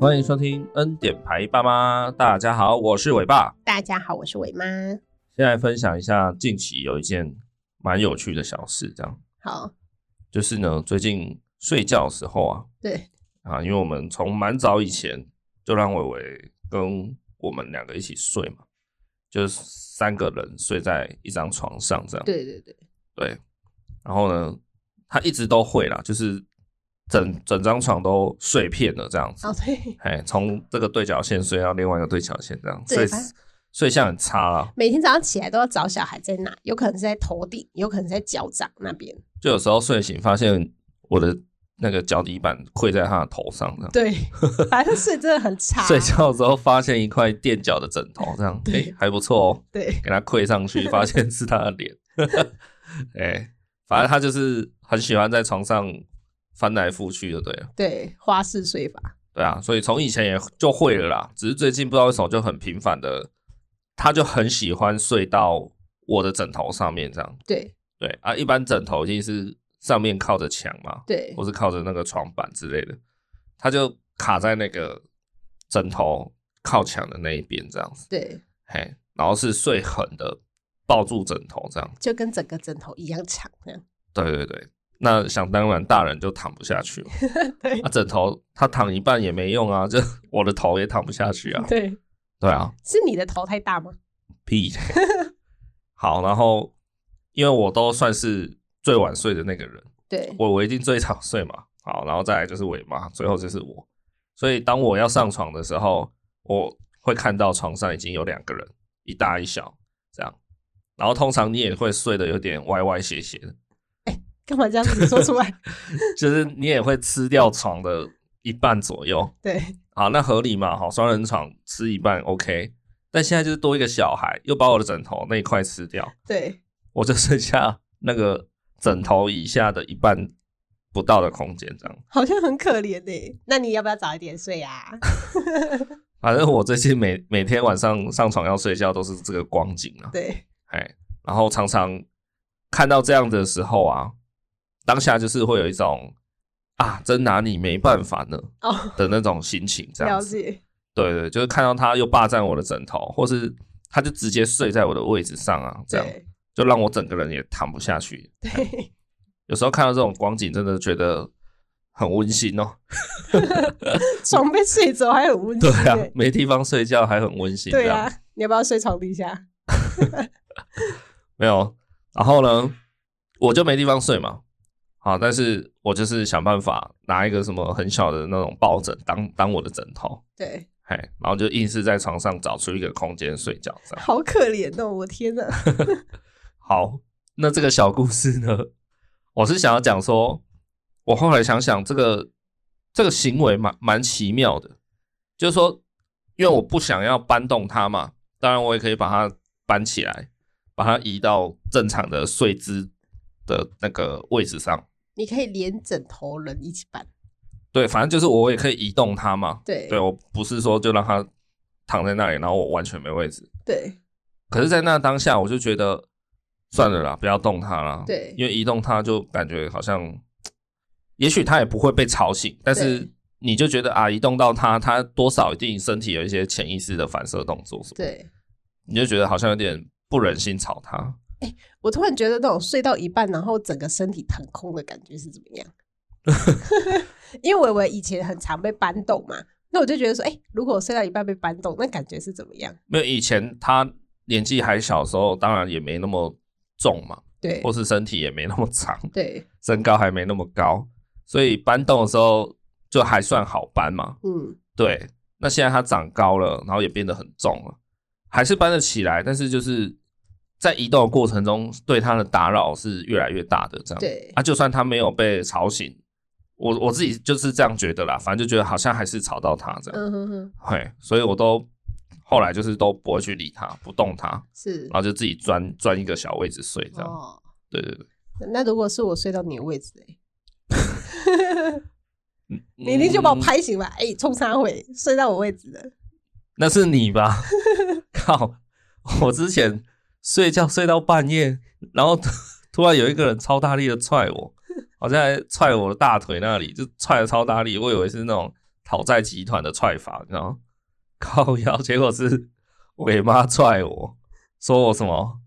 欢迎收听恩典牌爸妈，大家好，我是伟爸。大家好，我是伟妈。先来分享一下近期有一件蛮有趣的小事，这样好，就是呢，最近睡觉的时候啊，对，啊，因为我们从蛮早以前就让伟伟跟我们两个一起睡嘛，就是三个人睡在一张床上这样。对对对，对，然后呢，他一直都会啦，就是整整张床都睡遍了这样子哦。对，哎，从这个对角线睡到另外一个对角线，这样对睡反正睡相很差啦。 每天早上起来都要找小孩在哪，有可能是在头顶，有可能是在脚掌那边。就有时候睡醒发现我的那个脚底板跪在他的头上，这样对， 反正睡真的很差。睡觉的时候发现一块垫脚的枕头，这样哎、对诶还不错哦，对给他跪上去，发现是他的脸。 哎、反正他就是很喜欢在床上翻来覆去的，对了，对，花式睡法。对啊，所以从以前也就会了啦，只是最近不知道为什么就很频繁的，他就很喜欢睡到我的枕头上面这样。对对啊，一般枕头一定是上面靠着墙嘛，对或是靠着那个床板之类的，它就卡在那个枕头靠墙的那一边这样子，对，嘿，然后是睡狠的抱住枕头这样，就跟整个枕头一样长 这样。对对对，那想当然大人就躺不下去嘛，对啊，枕头他躺一半也没用啊，就我的头也躺不下去啊，对，对啊，是你的头太大吗？屁，好，然后因为我都算是最晚睡的那个人。对我我一定最早睡嘛，好，然后再来就是伟妈，最后就是我。所以当我要上床的时候，我会看到床上已经有两个人，一大一小这样。然后通常你也会睡得有点歪歪斜斜的，干嘛这样子说 出来？就是你也会吃掉床的一半左右。对好，那合理嘛？好，双人床吃一半 OK，但现在就是多一个小孩，又把我的枕头那一块吃掉，对我就剩下那个枕头以下的一半不到的空间这样。好像很可怜呢、那你要不要早一点睡啊？反正我最近每每天晚上上床要睡觉都是这个光景啊， 对哎，然后常常看到这样的时候啊，当下就是会有一种啊，真拿你没办法呢哦，的那种心情，这样了子。解。对对，就是看到他又霸占我的枕头，或是他就直接睡在我的位置上啊，这样对就让我整个人也躺不下去。对，有时候看到这种光景，真的觉得很温馨哦。 床被睡着还很温馨、对欸。啊，没地方睡觉还很温馨。对这样啊，你要不要睡床底下？没有。然后呢，我就没地方睡嘛。好，但是我就是想办法拿一个什么很小的那种抱枕当当我的枕头，对，嘿，然后就硬是在床上找出一个空间睡觉。这样好可怜哦，我天哪！好，那这个小故事呢，我是想要讲说，我后来想想这个这个行为蛮蛮奇妙的，就是说，因为我不想要搬动它嘛，当然我也可以把它搬起来，把它移到正常的睡姿的那个位置上。你可以连枕头人一起搬，对，反正就是我也可以移动它嘛。对对我不是说就让它躺在那里，然后我完全没位置。对可是，在那当下，我就觉得算了啦，不要动它啦。对因为移动它就感觉好像，也许它也不会被吵醒，但是对你就觉得啊，移动到它，它多少一定身体有一些潜意识的反射动作什么，对。你就觉得好像有点不忍心吵它。我突然觉得那种睡到一半，然后整个身体腾空的感觉是怎么样？因为我我以前很常被搬动嘛，那我就觉得说，哎、如果我睡到一半被搬动，那感觉是怎么样？因为以前它年纪还小的时候，当然也没那么重嘛，对或是身体也没那么长， 对，身高还没那么高，所以搬动的时候就还算好搬嘛。嗯，对，那现在它长高了，然后也变得很重了，还是搬得起来，但是就是在移动的过程中对它的打扰是越来越大的，这样。对啊，就算它没有被吵醒，我我自己就是这样觉得啦，反正就觉得好像还是吵到它这样。嗯哼哼，嘿，所以我都后来就是都不会去理它，不动它，是然后就自己钻钻一个小位置睡这样。哦。对对对，那如果是我睡到你的位置、欸，你一嗯定就把我拍醒了，哎、冲三回睡到我位置了，那是你吧？ 靠！我之前睡觉睡到半夜，然后突突然有一个人超大力的踹我，好像还踹我的大腿那里，就踹的超大力。我以为是那种讨债集团的踹法，你知道吗？ 靠腰，结果是伟妈踹我，说我什么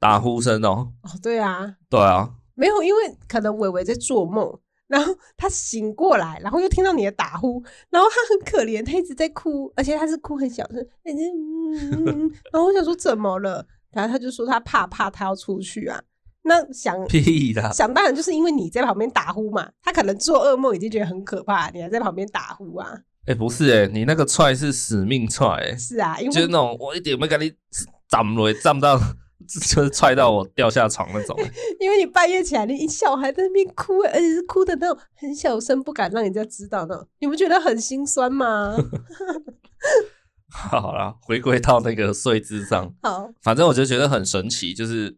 打呼声哦？哦，对啊，对啊，没有，因为可能伟伟在做梦，然后他醒过来，然后又听到你的打呼，然后他很可怜，他一直在哭，而且他是哭很小声，那直嗯，嗯嗯然后我想说怎么了，然后他就说他怕怕他要出去啊，那想屁啦！想当然就是因为你在旁边打呼嘛，他可能做噩梦已经觉得很可怕，你还在旁边打呼啊，哎、不是哎、你那个踹是死命踹、欸，是啊，因就是为那种我一点没给你斩落，斩到 就是踹到我掉下床 那种。因为你半夜起来，你一笑还在那边哭、而且是哭的那种很小声，不敢让人家知道那种，你不觉得很心 酸吗？好啦，回归到那个睡姿上，好，反正我就觉得很神奇，就是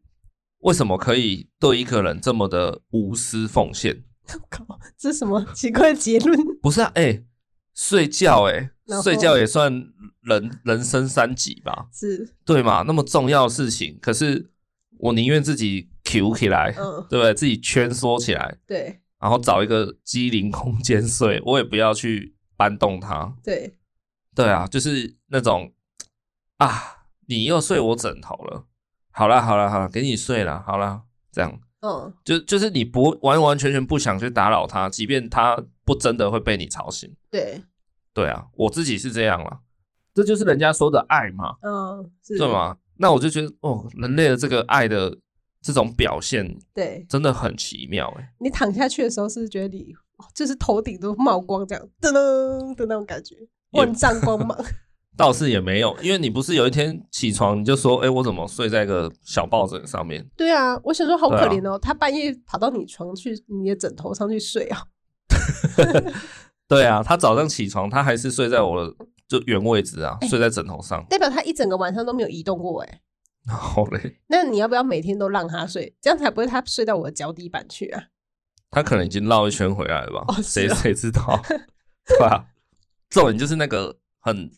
为什么可以对一个人这么的无私奉献？靠，这是什么奇怪的结论？不是啊，哎、睡觉、欸，然后睡觉也算人人生三级吧，是，对嘛？那么重要的事情，可是我宁愿自己 Q 起来，嗯，对不对？自己蜷缩起来，对然后找一个机灵空间睡，我也不要去搬动它。对，对啊，就是那种啊，你又睡我枕头了，好啦好啦好啦，给你睡了，好啦，这样嗯，就就是你不完完全全不想去打扰他，即便他不真的会被你吵醒。对，对啊，我自己是这样啦，这就是人家说的爱嘛，嗯，是，对？吗？那我就觉得哦，人类的这个爱的这种表现对真的很奇妙哎、你躺下去的时候，是不是觉得你哦就是头顶都冒光，这样噔噔的那种感觉，也万丈光 芒。倒是也没有，因为你不是有一天起床你就说，哎、我怎么睡在一个小抱枕上面？对啊，我想说好对可啊怜哦，他半夜跑到你床去，你的枕头上去睡啊。对啊，他早上起床，他还是睡在我的就原位置啊，哎睡在枕头上。 代表他一整个晚上都没有移动过哎。然后嘞，那你要不要每天都让他睡？这样才不会他睡到我的脚底板去啊！ 他可能已经绕一圈回来了吧？哦是谁哦谁知道？ 对吧、啊？重点就是那个很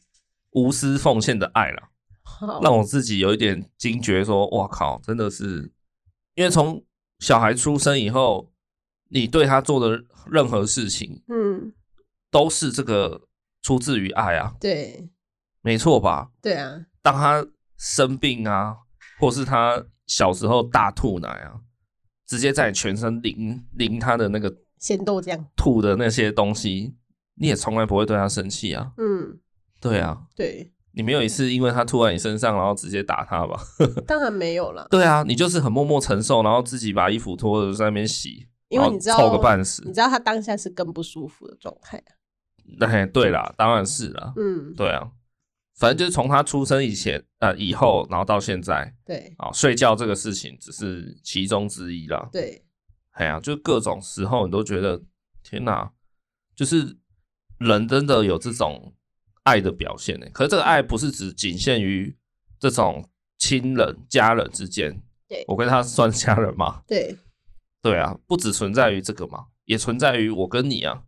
无私奉献的爱啦，好，让我自己有一点惊觉说，哇靠，真的是，因为从小孩出生以后，你对他做的任何事情嗯，都是这个出自于爱啊，对没错吧？对啊，当他生病啊，或是他小时候大吐奶啊，直接在你全身淋淋他的那个咸豆浆，吐的那些东西，你也从来不会对他生气啊。嗯，对啊，对，你没有一次因为他吐在你身上，然后直接打他吧？ 当然没有了，对啊，你就是很默默承受，然后自己把衣服脱了在那边洗，因为然后你知道臭个半死你。知道他当下是更不舒服的状态啊、哎，对啦，当然是啦，嗯，对啊，反正就是从他出生以前呃以后，然后到现在对啊，睡觉嗯这个事情只是其中之一啦。对，哎呀，就各种时候你都觉得天哪，就是人真的有这种爱的表现欸呢。可是这个爱不是只仅限于这种亲人、家人之间。对我跟他算家人吗？对对啊，不只存在于这个嘛，也存在于我跟你啊。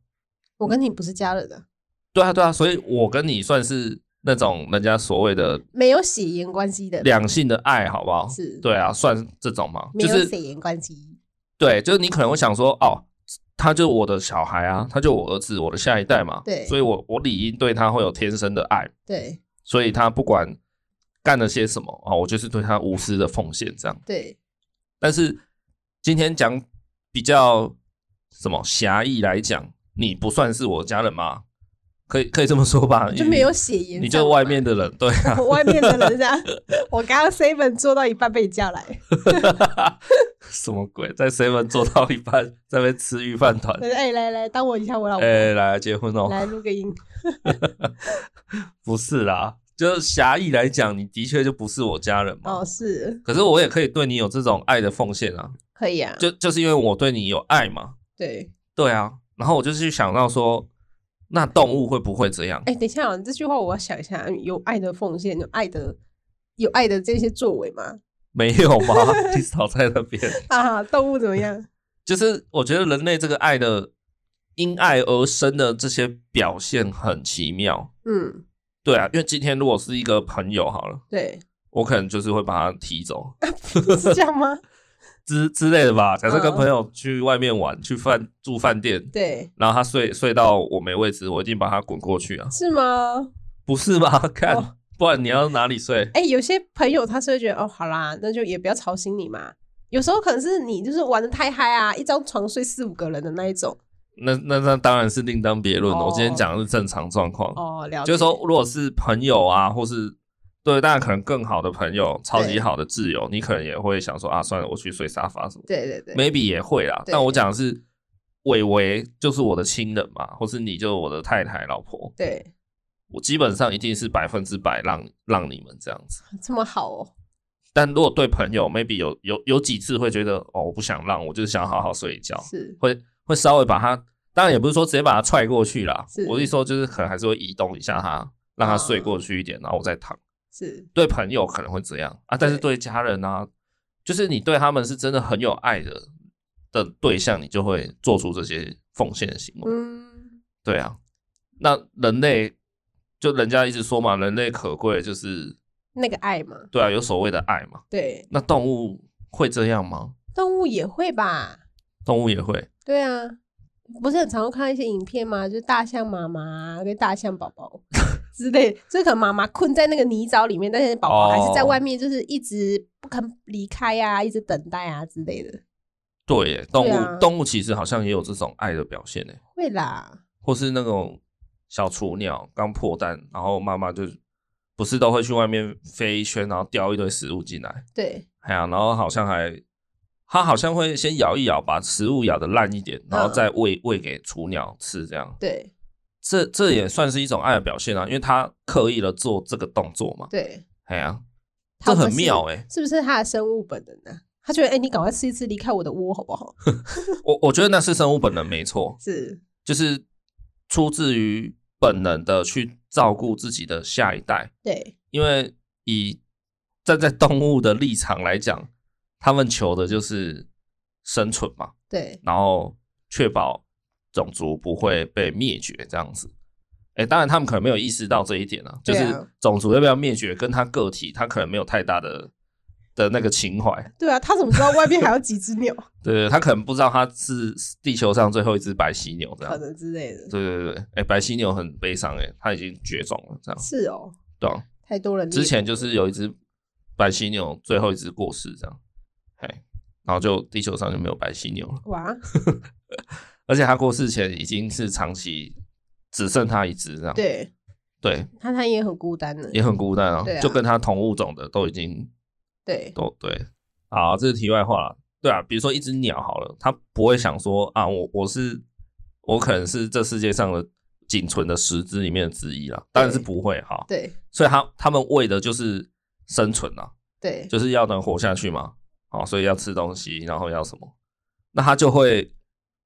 我跟你不是家人的，对啊，对啊，所以我跟你算是那种人家所谓的没有血缘关系的，两性的爱，好不好？是对啊，算这种嘛，没就有是血缘关系，对，就是你可能会想说，哦，他就我的小孩啊，他就我儿子，我的下一代嘛，对所以我我理应对他会有天生的爱，对所以他不管干了些什么啊、哦我就是对他无私的奉献这样。对，但是今天讲比较什么狭义来讲，你不算是我家人吗？可以可以这么说吧，就因为没有血缘，你就是外。 面的人， 对啊，外面的人这样，我刚刚 seven 做到一半被你叫来， 什么鬼，在 seven 做到一半，在那边吃预饭团哎我，说哎、来来，当我一下我老婆，哎、来结婚哦，来录个音，不是啦，就是狭义来讲，你的确就不是我家人嘛。哦，是可是我也可以对你有这种爱的奉献啊，可以啊，就就是因为我对你有爱嘛。对。对啊，然后我就是去想到说，那动物会不会这样？哎、等一下、哦，这句话我要想一下，有爱的奉献，有爱的，有爱的这些作为吗？ 没有吗？ 你少在那边。啊，动物怎么样？就是我觉得人类这个爱的因爱而生的这些表现很奇妙。嗯，对啊，因为今天如果是一个朋友好了， 对，我可能就是会把他踢走是这样吗？之之类的吧。假设跟嗯朋友去外面玩，去饭住饭店，对，然后他睡睡到我没位置，我一定把他滚过去啊，是吗？ 不是吧？看，哦不然你要哪里睡？哎、有些朋友他是会觉得哦，好啦，那就也不要吵醒你嘛。有时候可能是你就是玩的太嗨啊，一张床睡四五个人的那一种。 那那那当然是另当别论。哦我今天讲的是正常状况，哦，了解。就是说，如果是朋友啊，或是对，当然可能更好的朋友，超级好的挚友，你可能也会想说啊，算了，我去睡沙发什么的对对对， ，maybe 也会啦。对但我讲的是，伟伟就是我的亲人嘛，或是你就是我的太太、老婆，对，我基本上一定是百分之百让让你们这样子。这么好哦。但如果对朋友，maybe 有有有几次会觉得哦，我不想让，我就是想好好睡一觉，是，会会稍微把他，当然也不是说直接把他踹过去啦是。啊我的意思说就是可能还是会移动一下他，让他睡过去一点，然后我再躺。是，对朋友可能会这样啊，但是对家人啊，就是你对他们是真的很有爱的的对象，你就会做出这些奉献的行为。嗯，对啊，那人类就人家一直说嘛，人类可贵的就是那个爱嘛，对啊，有所谓的爱嘛。对，那动物会这样吗？动物也会吧？动物也会，对啊，不是很常会看到一些影片吗？就是大象妈妈跟大象宝宝之类，就是可能妈妈困在那个泥沼里面，但是宝宝还是在哦外面，就是一直不肯离开呀、一直等待啊之类的。对耶，动物、对啊动物其实好像也有这种爱的表现呢，会啦，或是那种小雏鸟刚破蛋，然后妈妈就不是都会去外面飞一圈，然后叼一堆食物进来，对，哎呀，然后好像还它好像会先咬一咬，把食物咬的烂一嗯点，然后再喂喂给雏鸟吃，这样对，这这也算是一种爱的表现啊，因为它刻意的做这个动作嘛，对，哎呀，它这不很是妙哎、是不是它的生物本能呢、他觉得，哎、你赶快吃一吃，离开我的窝好不好？ 我我觉得那是生物本能没错，是，就是出自于本能的去照顾自己的下一代，对，因为以站在动物的立场来讲，他们求的就是生存嘛，对，然后确保种族不会被灭绝这样子。哎，当然他们可能没有意识到这一点啊，就对啊是种族要不要灭绝，跟他个体他可能没有太大的的那个情怀，对啊，他怎么知道外面还有几只鸟？啊对他可能不知道他是地球上最后一只白犀牛这样可。能之类 的。对对对，哎、白犀牛很悲伤，哎，它已经绝种了，这样是哦，对、啊。太多人之前猎就捕是有一只白犀牛，最后一只过世，这样，哎，然后就地球上就没有白犀牛了，哇，而且它过世前已经是长期只剩它一只，这样，对，对，他他也很孤单呢。也很孤单啊，对啊就跟它同物种的都已经对，都对，好，这是题外话了。对啊，比如说一只鸟好了，它不会想说啊，我我是我可能是这世界上的仅存的十只里面的之一啦，当然是对不会哈。对，所以他他们为的就是生存啊，对，就是要能活下去嘛。好、所以要吃东西，然后要什么，那他就会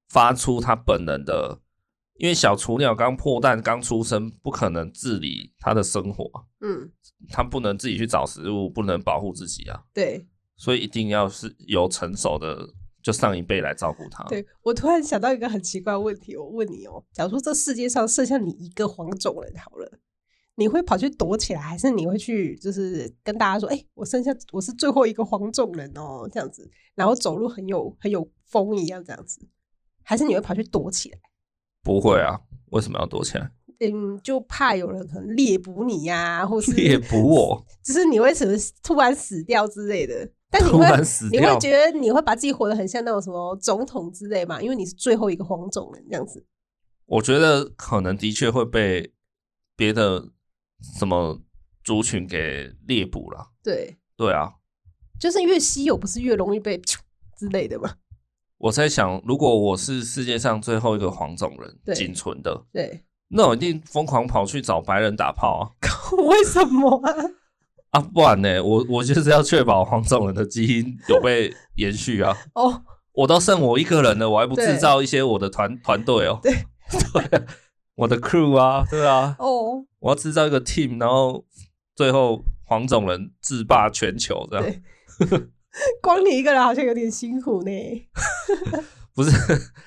发出他本能的，因为小雏鸟刚破蛋、刚出生，不可能自理它的生活啊，嗯，它不能自己去找食物，不能保护自己啊，对，所以一定要是由成熟的就上一辈来照顾它。对我突然想到一个很奇怪的问题，我问你哦，假如说这世界上剩下你一个黄种人好了，你会跑去躲起来，还是你会去就是跟大家说，哎、我剩下我是最后一个黄种人哦，这样子，然后走路很有很有风一样这样子，还是你会跑去躲起来？不会啊，为什么要躲起来？嗯，就怕有人可能猎捕你呀、或是猎捕我，就是你为什么突然死掉之类的。哎但你突会然死你会掉，觉得你会把自己活得很像那种什么总统之类嘛？因为你是最后一个黄种人这样子。我觉得可能的确会被别的什么族群给猎捕了。对，对啊，就是越稀有不是越容易被之类的嘛？我在想，如果我是世界上最后一个黄种人对仅存的，对，那我一定疯狂跑去找白人打炮啊！ 为什么啊？啊，不然呢？我我就是要确保黄种人的基因有被延续啊！哦，我都剩我一个人了，我还不制对造一些我的团团队哦？对 对啊，我的 crew 啊，对啊，哦，我要制造一个 team，然后最后黄种人制霸全球，这样对光你一个人好像有点辛苦呢。不是？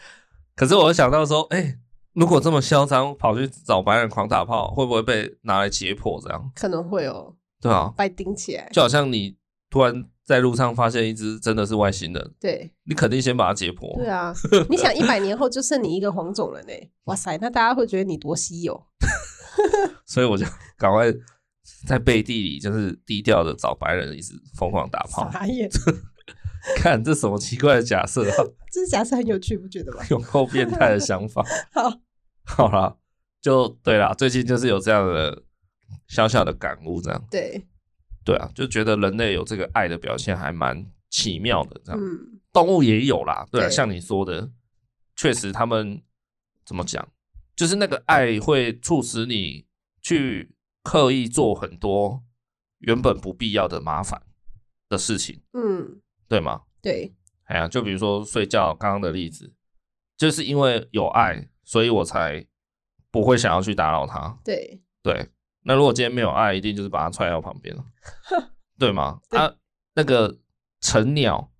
可是我想到说，哎、如果这么嚣张跑去找白人狂打炮，会不会被拿来解剖？这样可能会哦，对啊，把你顶起来。就好像你突然在路上发现一只真的是外星人，对你肯定先把它解剖。对 啊，你想一百年后就剩你一个黄种人呢？哇塞，那大家会觉得你多稀 有？所以我就赶快在背地里就是低调的找白人一直疯狂打炮。傻眼， 看这什么奇怪的假设啊，这假设很有趣，不觉得吗？ 有够变态的想法。 好，好啦，就对啦，最近就是有这样的小小的感悟，这样对，对啊，就觉得人类有这个爱的表现还蛮奇妙的，这样、嗯，动物也有啦，对啊，对像你说的，确实他们怎么讲，就是那个爱会促使你去刻意做很多原本不必要的麻烦的事情，嗯，对吗？对，哎呀，就比如说睡觉刚刚的例子，就是因为有爱，所以我才不会想要去打扰他。对，对，那如果今天没有爱，一定就是把它踹到旁边了，对吗？对啊，那个成鸟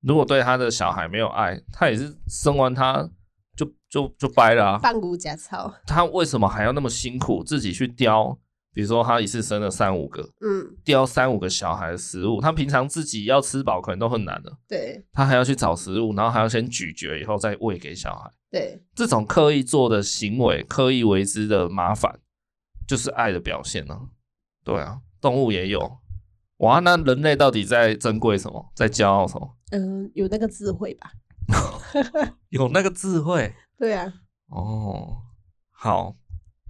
如果对他的小孩没有爱，他也是生完他就就就掰了啊。半骨假草，他为什么还要那么辛苦自己去叼？比如说他一次生了三五个，嗯，叼三五个小孩的食物，他平常自己要吃饱可能都很难的，对，他还要去找食物，然后还要先咀嚼，以后再喂给小孩。对，这种刻意做的行为，刻意为之的麻烦，就是爱的表现呢、对啊，动物也有。哇，那人类到底在珍贵什么？在骄傲什么？嗯，有那个智慧吧？有那个智慧对啊，哦。好，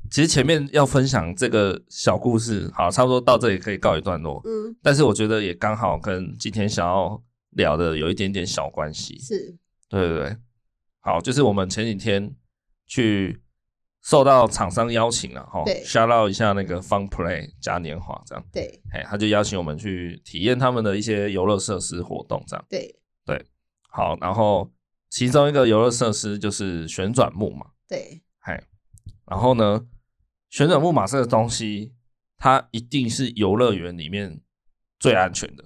其实前面要分享这个小故事，好，差不多到这里可以告一段落。嗯，但是我觉得也刚好跟今天想要聊的有一点点小关系。是，对对对，好，就是我们前几天去受到厂商邀请了哈对，shout out 一下那个 Fun Play 嘉年华这样，对，哎，他就邀请我们去体验他们的一些游乐设施活动这样。对，好，然后其中一个游乐设施就是旋转木马，对，然后呢，旋转木马这个东西，它一定是游乐园里面最安全的，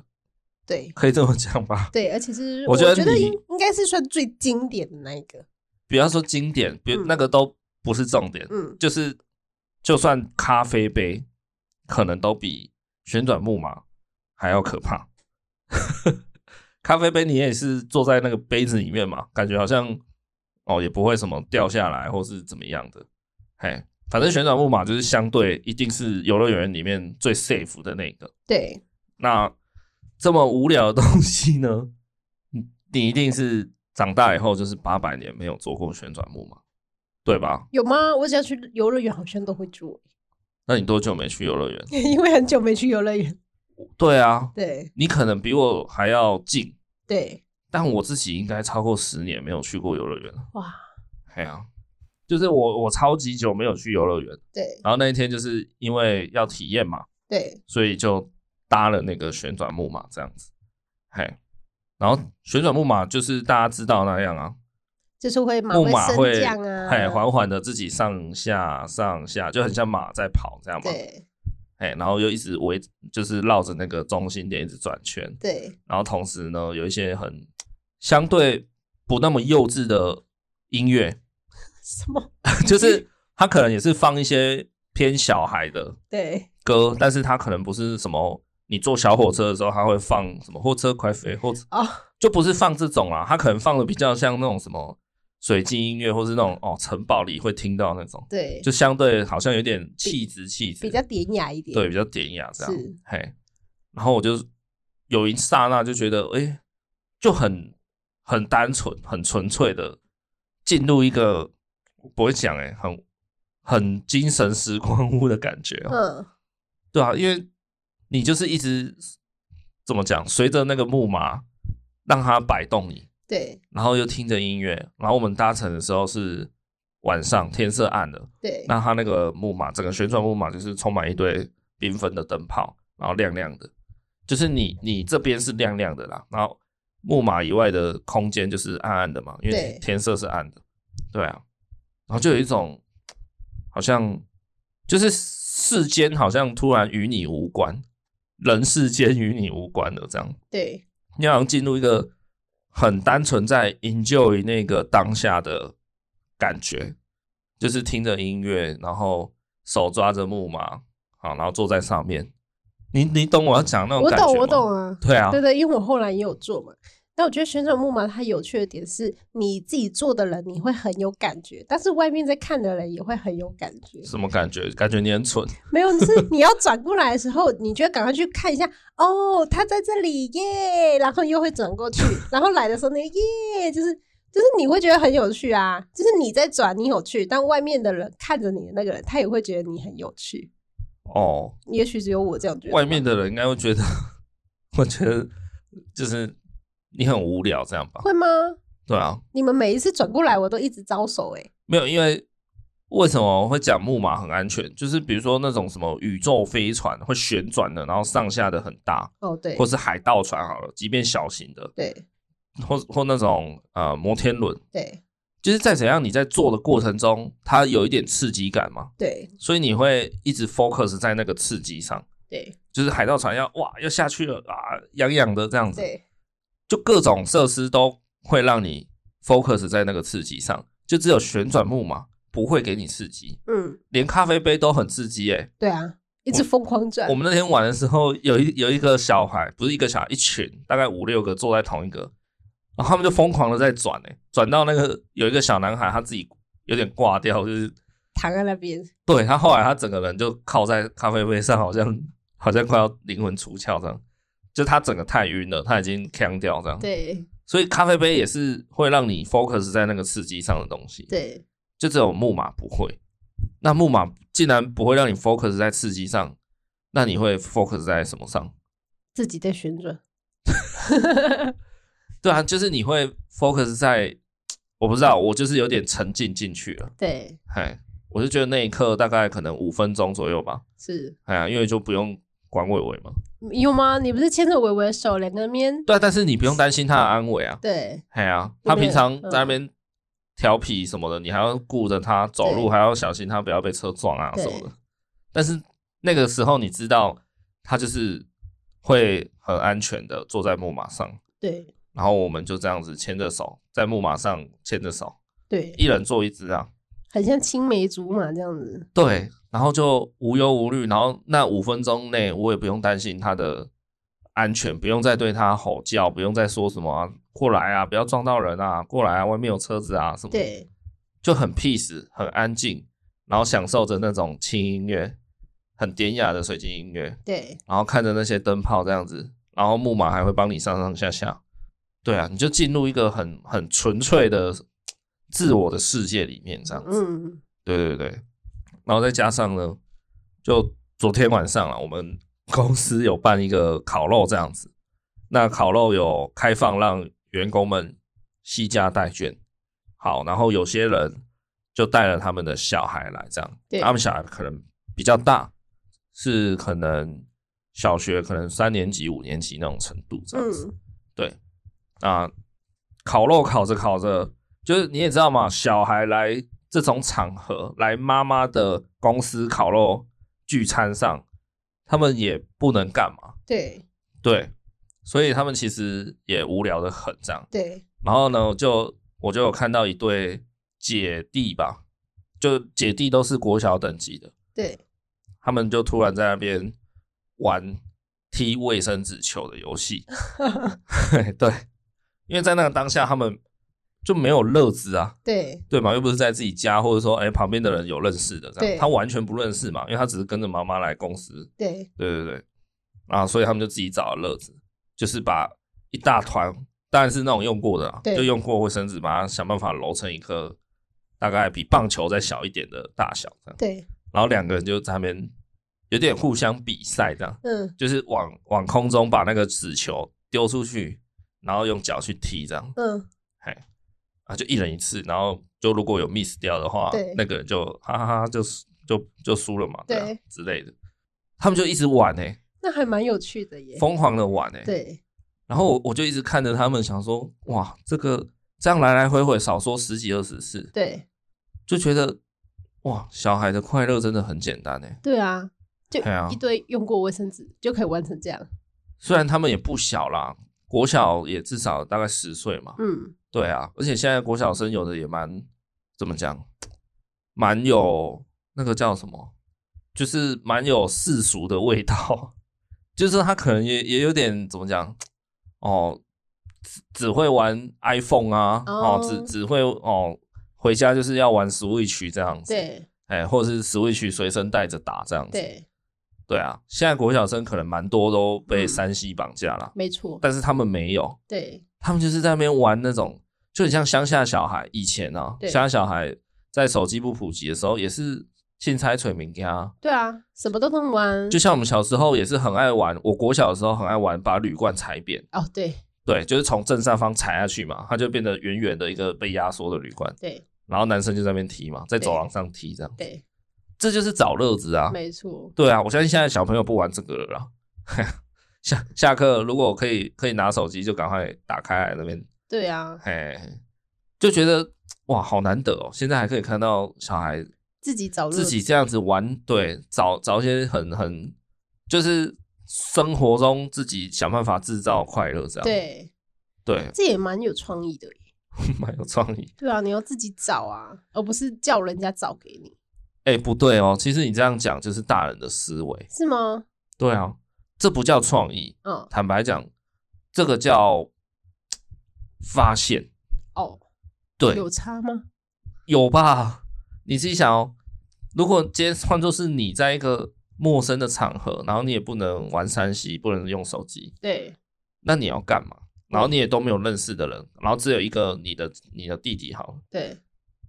对，可以这么讲吧？对，而且是我我觉得你应应该是算最经典的那一个， 不要说经典，别、嗯那个都不是重点，嗯，就是就算咖啡杯，可能都比旋转木马还要可怕。咖啡杯你也是坐在那个杯子里面嘛，感觉好像哦也不会什么掉下来或是怎么样的。嘿，反正旋转木马就是相对一定是游乐园里面最 safe 的那个。对，那这么无聊的东西呢， 你你一定是长大以后就是八百年没有坐过旋转木马，对吧？有吗？我只要去游乐园，好像都会住，那你多久没去游乐园？ 因为很久没去游乐园。对啊，对，你可能比我还要近，对，但我自己应该超过十年没有去过游乐园了。哇，哎呀、就是我我超级久没有去游乐园，对，然后那一天就是因为要体验嘛，对，所以就搭了那个旋转木马这样子，嘿，然后旋转木马就是大家知道那样啊，就是会马木马会哎升降啊，嘿，缓缓的自己上下上下，就很像马在跑这样嘛，对，嘿，然后又一直围，就是绕着那个中心点一直转圈，对，然后同时呢，有一些很相对不那么幼稚的音乐， 什么？就是他可能也是放一些偏小孩的对，歌，但是他可能不是什么你坐小火车的时候他会放什么火车快飞，或者哦，就不是放这种啦，他可能放的比较像那种什么水晶音乐，或是那种哦城堡里会听到那种，对，就相对好像有点气质气质，比较典雅一点。对，比较典雅这样是。嘿，然后我就有一刹那就觉得，哎、就很很单纯、很纯粹的进入一个不会讲哎、诶很很精神时光屋的感觉、哦。嗯，对啊，因为你就是一直怎么讲，随着那个木马让它摆动你，对，然后又听着音乐，然后我们搭乘的时候是晚上，天色暗了。对，那它那个木马，整个旋转木马就是充满一堆缤纷的灯泡，然后亮亮的，就是你你这边是亮亮的啦，然后木马以外的空间就是暗暗的嘛，因为对天色是暗的，对啊，然后就有一种好像就是世间好像突然与你无关，人世间与你无关了这样。对，你好像进入一嗯个很单纯在 enjoy 那个当下的感觉，就是听着音乐，然后手抓着木马，好，然后坐在上面。你你懂我要讲那种我感觉吗懂，我懂。啊。对啊，对对，因为我后来也有做嘛。那我觉得旋转木马它有趣的点是，你自己做的人你会很有感觉，但是外面在看的人也会很有感觉。什么感觉？感觉你很蠢。没有，是你要转过来的时候，你就要赶快去看一下，哦，他在这里耶，然后又会转 过去，然后来的时候那个耶，就是就是你会觉得很有趣啊，就是你在转你有趣，但外面的人看着你的那个人，他也会觉得你很有趣。哦，也许只有我这样觉得。外面的人应该会觉得， 我觉得就是你很无聊这样吧？会吗？对啊，你们每一次转过来，我都一直招手、欸，没有，因为为什么我会讲木马很安全？就是比如说那种什么宇宙飞船会旋转的，然后上下的很大，哦，对或，是海盗船好了，即便小型的，对或或那种呃摩天轮，对就是再怎样你在做的过程中，它有一点刺激感嘛，对所以你会一直 focus 在那个刺激上。对就是海盗船要哇要下去了啊，痒痒的这样子，对就各种设施都会让你 focus 在那个刺激上，就只有旋转木马不会给你刺激。嗯，连咖啡杯都很刺激诶、对啊，一直疯狂转我，们那天玩的时候，有一有一个小孩，不是一个小孩，一群大概五六个坐在同一个，然后他们就疯狂的在转诶、转到那个有一个小男孩他自己有点挂掉，就是躺在那边，对他后来他整个人就靠在咖啡杯上，好像好像快要灵魂出窍这样，就他整个太晕了，他已经呛掉这样。对所以咖啡杯也是会让你 focus 在那个刺激上的东西。对就只有木马不会。那木马既然不会让你 focus 在刺激上，那你会 focus 在什么上？自己在旋转，对啊，就是你会 focus 在，我不知道，我就是有点沉浸进去了。对，嗨，我就觉得那一刻大概可能五分钟左右吧。是哎呀，因为就不用管伟伟嘛。有吗？你不是牵着伟伟的手，两个人面对啊，但是你不用担心他的安危啊。对哎呀、啊，对他平常在那边调皮什么的，你还要顾着他走路，对还要小心他不要被车撞啊对什么的。但是那个时候你知道，他就是会很安全的坐在木马上，对然后我们就这样子牵着手在木马上牵着手，对，一人坐一只啊。很像青梅竹马这样子，对，然后就无忧无虑，然后那五分钟内我也不用担心他的安全，不用再对他吼叫，不用再说什么、啊、过来啊，不要撞到人啊，过来啊，外面有车子啊什么的。对就很 peace，很安静，然后享受着那种轻音乐，很典雅的水晶音乐，对然后看着那些灯泡这样子，然后木马还会帮你上上下下。对啊，你就进入一个很很纯粹的自我的世界里面，这样子。嗯对对对，然后再加上呢，就昨天晚上啊，我们公司有办一个烤肉这样子，那烤肉有开放让员工们惜家带眷，好，然后有些人就带了他们的小孩来，这样，对他们小孩可能比较大，是可能小学可能三年级、五年级那种程度这样子，嗯，对，啊，烤肉烤着烤着，就是你也知道嘛，小孩来这种场合，来妈妈的公司烤肉聚餐上，他们也不能干嘛，对对，所以他们其实也无聊的很这样。对然后呢，我就我就有看到一对姐弟吧，就姐弟都是国小等级的，对他们就突然在那边玩踢卫生纸球的游 戏。对，因为在那个当下，他们就没有乐子啊，对对吗？又不是在自己家，或者说哎、旁边的人有认识的这样，对他完全不认识嘛，因为他只是跟着妈妈来公司。对对对对，啊，所以他们就自己找了乐子，就是把一大团，当然是那种用过的啦，啊对就用过卫生纸，把它想办法揉成一颗大概比棒球再小一点的大小这样。对，然后两个人就在那边有点互相比赛，这样嗯就是往往空中把那个纸球丢出去，然后用脚去踢，这样嗯啊，就一人一次，然后就如果有 miss 掉的话对，那个人就哈哈哈就就就输了嘛，对啊对之类的。他们就一直玩哎、那还蛮有趣的耶。疯狂的玩哎、对，然后我我就一直看着他们，想说哇，这个这样来来回回少说十几二十次，对，就觉得哇，小孩的快乐真的很简单哎、对啊，就对啊一堆用过卫生纸就可以完成这样。虽然他们也不小啦，国小也至少大概十岁嘛，嗯，对啊，而且现在国小生有的也蛮怎么讲，蛮有那个叫什么，就是蛮有世俗的味道， 就是他可能也也有点怎么讲，哦，只只会玩 iPhone 啊，哦，哦只只会哦，回家就是要玩 Switch 这样子，，对哎，或者是 Switch 随身带着打这样子，对，对啊，现在国小生可能蛮多都被嗯山西绑架啦，没错，但是他们没有，对他们就是在那边玩那种，就很像乡下小孩。以前啊，对乡下小孩在手机不普及的时候，也是信差锤民家，对啊，什么都能玩。就像我们小时候也是很爱玩。我国小的时候很爱玩，把铝罐踩扁，哦，对对，就是从正上方踩下去嘛，它就变得圆圆的一个被压缩的铝罐，对然后男生就在那边踢嘛，在对走廊上踢这样，对，这就是找乐子啊。没错，对啊，我相信现在小朋友不玩这个了啦。 下下课如果可以可以拿手机就赶快打开来那边对啊，嘿，哎就觉得哇，好难得哦！现在还可以看到小孩自己找乐自己子这样子玩，对，找找一些很很就是生活中自己想办法制造快乐，这样对，对， 这也蛮有创意的耶。蛮有创意。对啊，你要自己找啊，而不是叫人家找给你，哎、不对哦，其实你这样讲就是大人的思维，是吗？对啊，这不叫创意，嗯，坦白讲，这个叫发现，哦，对，有差吗？有吧？你自己想哦，如果今天换作是你在一个陌生的场合，然后你也不能玩山西，不能用手机，对那你要干嘛？然后你也都没有认识的人，然后只有一个你的你的弟弟好了，对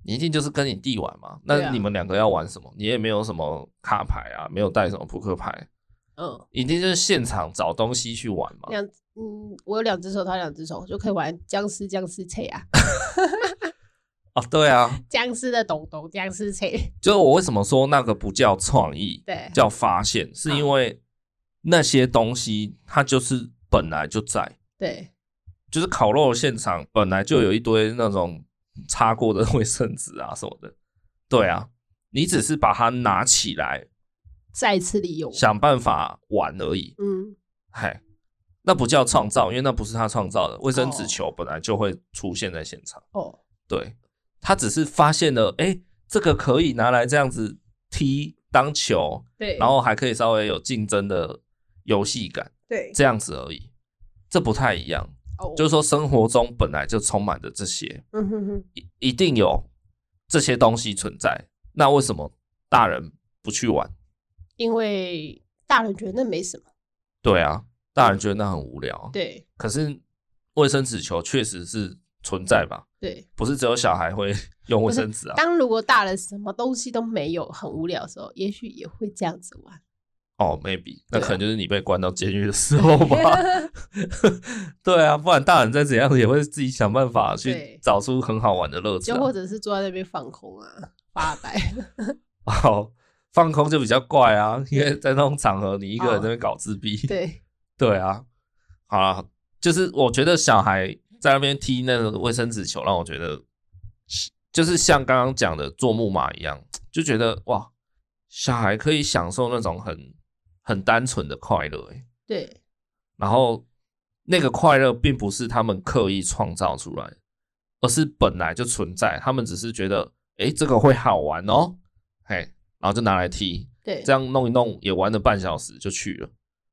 你一定就是跟你弟玩嘛。对那啊你们两个要玩什么？你也没有什么卡牌啊，没有带什么扑克牌，嗯，一定就是现场找东西去玩嘛。两嗯，我有两只手，他有两只手，就可以玩僵尸僵尸切啊，啊，对啊，僵尸的懂懂僵尸切，就是我为什么说那个不叫创意，对叫发现，是因为那些东西它就是本来就在，对就是烤肉现场本来就有一堆那种擦过的卫生纸啊什么的，对啊，你只是把它拿起来再次利用，想办法玩而已，嗯，嗨，那不叫创造，因为那不是他创造的，卫生纸哦球本来就会出现在现场，哦，对他只是发现了，哎，这个可以拿来这样子踢当球，对，然后还可以稍微有竞争的游戏感，对，这样子而已，这不太一样。哦，就是说，生活中本来就充满着这些，嗯哼哼，一一定有这些东西存在。那为什么大人不去玩？因为大人觉得那没什么，对啊，大人觉得那很无聊。，啊对可是卫生纸球确实是存在吧？对。不是只有小孩会 用卫生纸啊？当如果大人什么东西都没有，很无聊的时候，也许也会这样子 玩。哦，maybe，那对啊可能就是你被关到监狱的时候吧。 对啊，不然大人再怎样也会自己想办法去对找出很好玩的乐子、就啊。或者是坐在那边放空啊，发 呆。哦，放空就比较怪啊，因为在那种场合，你一个人在那边搞自闭。对 对啊，好啦，就是我觉得小孩在那边踢那个卫生纸球，让我觉得就是像刚刚讲的做木马一样，就觉得哇，小孩可以享受那种很很单纯的快乐、欸，对然后那个快乐并不是他们刻意创造出来的，而是本来就存在，他们只是觉得，诶，这个会好玩哦，嘿，然后就拿来踢，对，这样弄一嗯弄也玩了半小时就去了，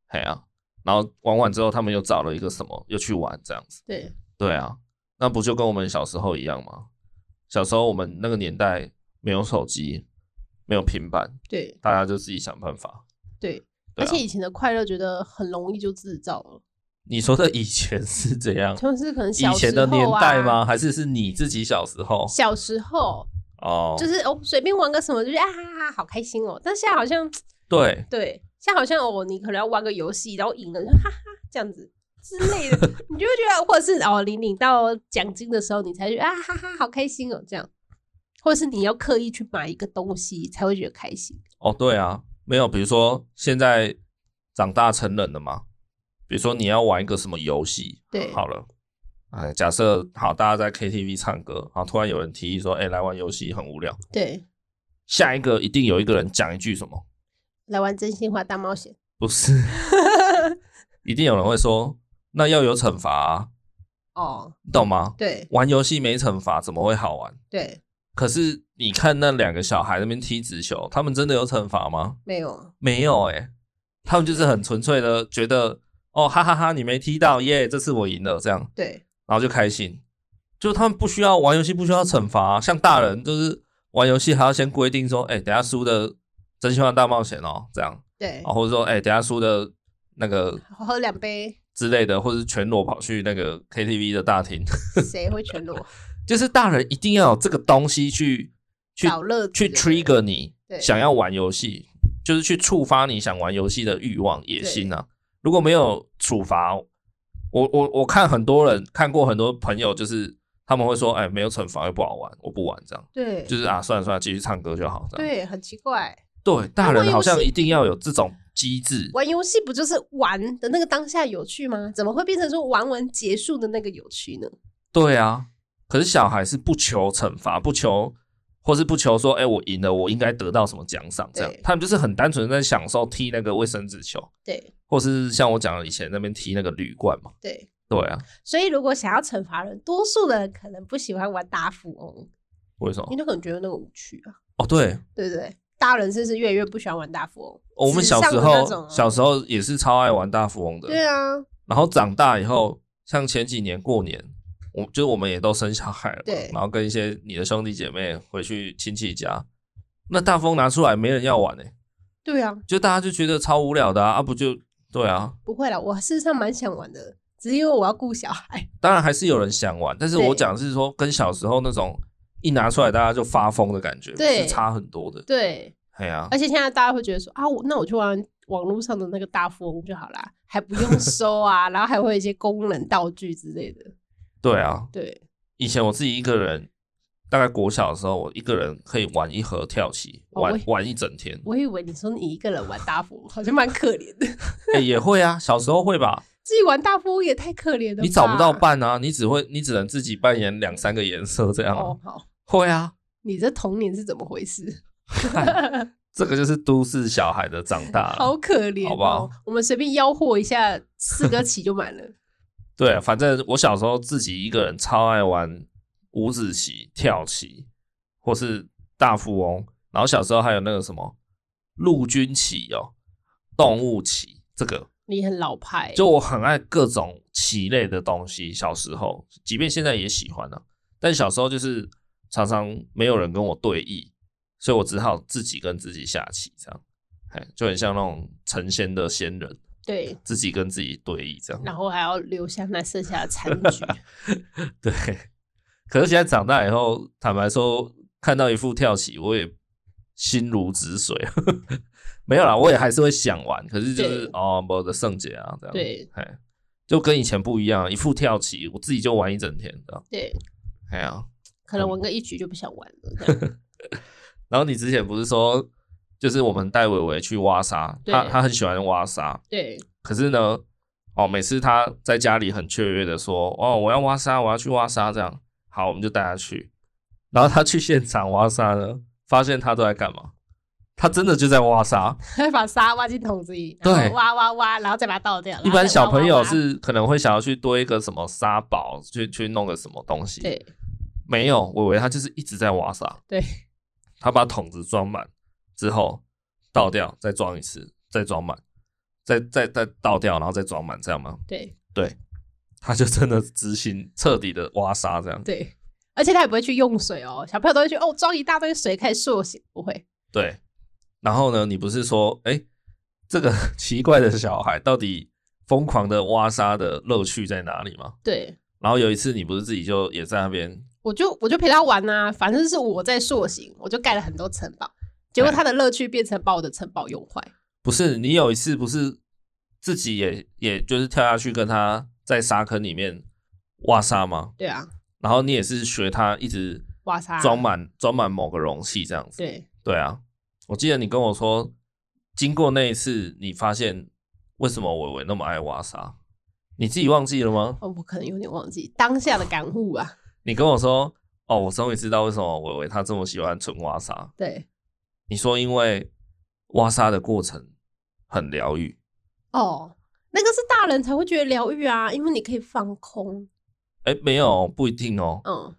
嘿啊，然后玩完之后他们又找了一个什么又去玩这样子，对对啊，那不就跟我们小时候一样吗？小时候我们那个年代没有手机，没有平板，对大家就自己想办法。对。对而啊且以前的快乐觉得很容易就制造了，你说的以前是怎样？就是可能以小时候、啊、前的年代吗？？还是是你自己小时候？小时候哦，就是哦，随便玩个什么，就是啊哈哈，好开心哦。但现在好像对，对，现在好像哦，你可能要玩个游戏，然后赢了，就哈哈这样子之类的，你就会觉得，或者是哦，你领到奖金的时候，你才觉得啊哈哈，好开心哦，这样，或者是你要刻意去买一个东西才会觉得开心。哦，对啊，没有，比如说现在长大成人了嘛，比如说你要玩一个什么游戏，对好了，哎，假设好，大家在 KTV 唱歌，然后突然有人提议说，哎、来玩游戏很无聊，对，下一个一定有一个人讲一句什么，来玩真心话大冒险，不是，一定有人会说，那要有惩罚、啊，哦，你懂吗？对玩游戏没惩罚怎么会好玩？对，可是你看那两个小孩那边踢直球，他们真的有惩罚吗？没有，没有哎、他们就是很纯粹的觉得，哦哈哈哈你没踢到耶这次我赢了这样，对然后就开心。就他们不需要玩游戏，不需要惩罚、啊像大人就是玩游戏还要先规定说，哎、等一下输的真心话大冒险哦，这样，对，哦、或者说，哎、等一下输的那个喝两杯，之类的，或者是全裸跑去那个 KTV 的大厅， 谁会全裸？就是大人一定要有这个东西去 去找乐子去的人 trigger 你对想要玩游戏，就是去触发你想玩游戏的欲望、野心啊。如果没有处罚，我我我看很多人看过很多朋友，就是他们会说，哎，没有惩罚又不好玩，我不玩这样，对就是啊，算了算了，继续唱歌就好这样。对，很奇怪，对，大玩游人戏好像一定要有这种机制，玩游戏不就是玩的那个当下有趣吗？怎么会变成说玩完结束的那个有趣呢？对啊。可是小孩是不求惩罚，不求。或是不求说，哎、我赢了，我应该得到什么奖赏？这样对，他们就是很单纯地在享受踢那个卫生纸球，对或是像我讲的以前那边踢那个铝罐嘛，对，对啊，所以如果想要惩罚人，多数的人可能不喜欢玩大富翁，为什么因为？他可能觉得那个无趣啊，哦，对，对不对？大人甚至越来越不喜欢玩大富翁。哦我们纸小上时的那种候啊小时候也是超爱玩大富翁的，对啊，然后长大以后，像前几年过年，我就是我们也都生小孩了嘛，对啊然后跟一些你的兄弟姐妹回去亲戚家，那大富翁拿出来没人要玩呢、对啊，就大家就觉得超无聊的啊，啊不就对啊，不会啦，我事实上蛮想玩的，只是因为我要顾小孩。当然还是有人想玩，但是对我讲的是说跟小时候那种一拿出来大家就发疯的感觉，对是差很多的， 对，哎呀、而且现在大家会觉得说啊，我那我去玩网络上的那个大富翁就好啦，还不用收 啊，然后还会有一些功能道具之类的。对啊，对，以前我自己一个人，大概国小的时候，我一个人可以玩一盒跳棋，哦玩我玩一整天。我以为你说你一个人玩大富翁，好像蛮可怜的， 哎、也会啊，小时候会吧？自己玩大富翁也太可怜了吧。你找不到伴啊，你只会你只能自己扮演两三个颜色这样啊、哦，好，会啊，你这童年是怎么回事？这个就是都市小孩的长大好了。可怜、哦，好吧我们随便吆喝一下，四个起就满了。 对，啊反正我小时候自己一个人超爱玩五子棋、跳棋，或是大富翁，然后小时候还有那个什么陆军棋哦，动物棋这个。你很老派，就我很爱各种棋类的东西，小时候，即便现在也喜欢啊，但小时候就是常常没有人跟我对弈，所以我只好自己跟自己下棋，这样，哎，就很像那种成仙的仙人，对，自己跟自己对弈这样。然后还要留下那剩下的残 局。对，可是现在长大以后，坦白说，看到一副跳棋，我也心如止水。 没有啦，我也还是会想玩，可是就是对哦，我的圣姐啊，这样对，哎，就跟以前不一样，一副跳棋，我自己就玩一整天的，对，哎呀、可能玩个一局就不想玩了。这样然后你之前不是说，就是我们带伟伟去挖沙，对他他很喜欢挖沙，对 可是呢，哦，每次他在家里很雀跃的说，哦，我要挖沙，我要去挖沙，这样，好，我们就带他去。然后他去现场挖沙呢，发现他都在干嘛？他真的就在挖沙。会把沙挖进桶子里，对然后挖挖挖，然后再把它倒掉。一然后般再小挖朋友挖挖是可能会想要去多一个什么沙堡，去去弄个什么东西。，对没有，我以为他就是一直在挖沙。对他把桶子装满之后倒掉，再装一次，再装满，再再再倒掉，然后再装满，这样吗？对对，他就真的执行彻底的挖沙这样。对，而且他也不会去用水哦，小朋友都会去哦装一大堆水开始塑形，不会。对，然后呢，你不是说，哎、这个 奇怪的小孩到底疯狂的挖沙的乐趣在哪里吗？对，然后有一次，你不是自己就也在那边，我就我就陪他玩呐、反正是我在塑形，我就盖了很多城堡，结果哎他的乐趣变成把我的城堡用坏。不是你有一次不是自己也也就是跳下去跟他在沙坑里面挖沙吗？对啊，然后你也是学他一直挖沙装满装满某个容器这样子。对对啊，我记得你跟我说经过那一次，你发现为什么伟伟那么爱挖沙？你自己忘记了吗？哦，我可能有点忘记当下的感悟啊。你跟我说，哦，我终于知道为什么伟伟他这么喜欢纯挖沙。对，你说因为挖沙的过程很疗愈，哦，那个是大人才会觉得疗愈啊，因为你可以放空。哎，没有不一定哦。嗯，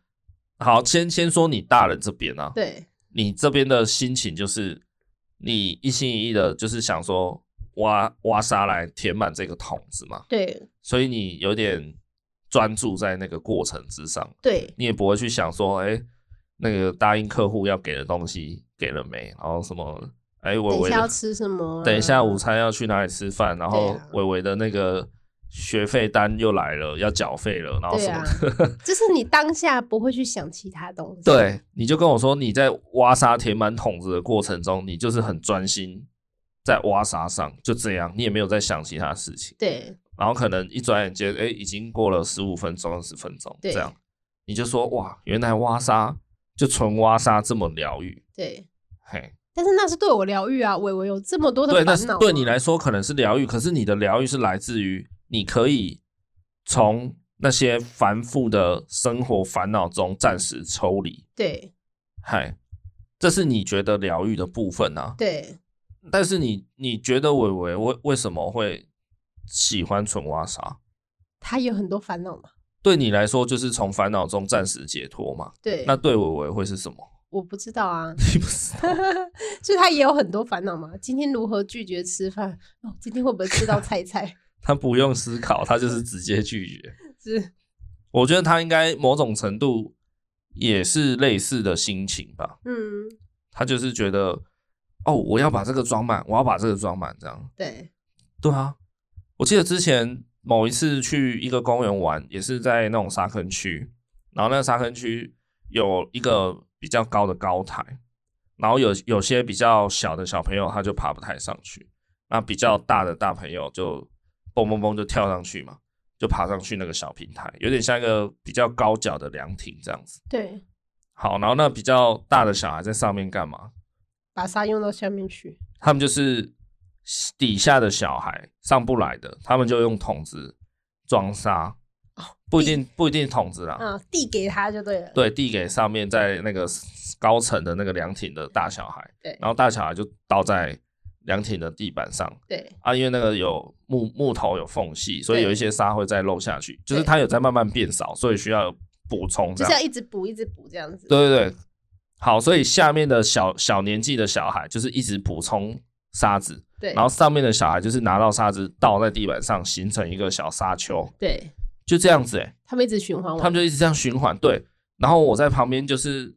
好，先先说你大人这边啊，对，你这边的心情就是你一心一意的，就是想说挖挖沙来填满这个桶子嘛，对，所以你有点专注在那个过程之上，对，你也不会去想说，哎、那个答应客户要给的东西给了没，然后什么，哎、伟等一伟下要的，吃什么、啊等一下午。餐要去哪里吃饭，然对后啊伟伟的那个学费单又来了，要缴费了，然后对什么啊的。，就是你当下不会去想其他东西。对，你就跟我说你在挖沙填满桶子的过程中，你就是很专心在挖沙上，就这样，你也没有在想其他事情。对然后可能一转眼间，哎，已经过了十五分钟、二十分钟，对这样你就说哇，原来挖沙就纯挖沙这么疗愈，对，嘿，但是那是对我疗愈啊，伟伟有这么多的对，烦恼那啊。是对你来说可能是疗愈，可是你的疗愈是来自于你可以从那些繁复的生活烦恼中暂时抽离，对嗨，这是你觉得疗愈的部分啊。对，但是你你觉得伟伟为为什么会喜欢纯挖沙？他有很多烦恼嘛。对你来说，就是从烦恼中暂时解脱嘛。对，那对伟伟会是什么？我不知道啊， 你不知道？所以他也有很多烦恼嘛。今天如何拒绝吃饭？哦，今天会不会吃到菜菜？ 他不用思考，他就是直接拒绝。 是，我觉得他应该某种程度也是类似的心情吧。嗯，他就是觉得，哦，我要把这个装满，我要把这个装满，这样。对对啊，我记得之前某一次去一个公园玩，也是在那种沙坑区，然后那个沙坑区有一个比较高的高台，然后有有些比较小的小朋友他就爬不太上去，那比较大的大朋友就蹦蹦蹦就跳上去嘛，就爬上去那个小平台，有点像一个比较高脚的凉亭这样子。对，好，然后那比较大的小孩在上面干嘛？把沙用到下面去。他们就是底下的小孩上不来的，他们就用桶子装沙，哦不一定不一定桶子啦，啊，递给他就对了。对，递给上面在那个高层的那个凉亭的大小孩，对然后大小孩就倒在凉亭的地板上对啊，因为那个有木木头有缝隙，所以对有一些沙会再漏下去，就是对它有在慢慢变少，所以需要补充这就样是要，一直补，一直补这样子。对对对，好，所以下面的小小年纪的小孩就是一直补充沙子，对，然后上面的小孩就是拿到沙子倒在地板上，形成一个小沙丘，对就这样子、欸，他们一直循环他完们。就一直这样循环。对，然后我在旁边就是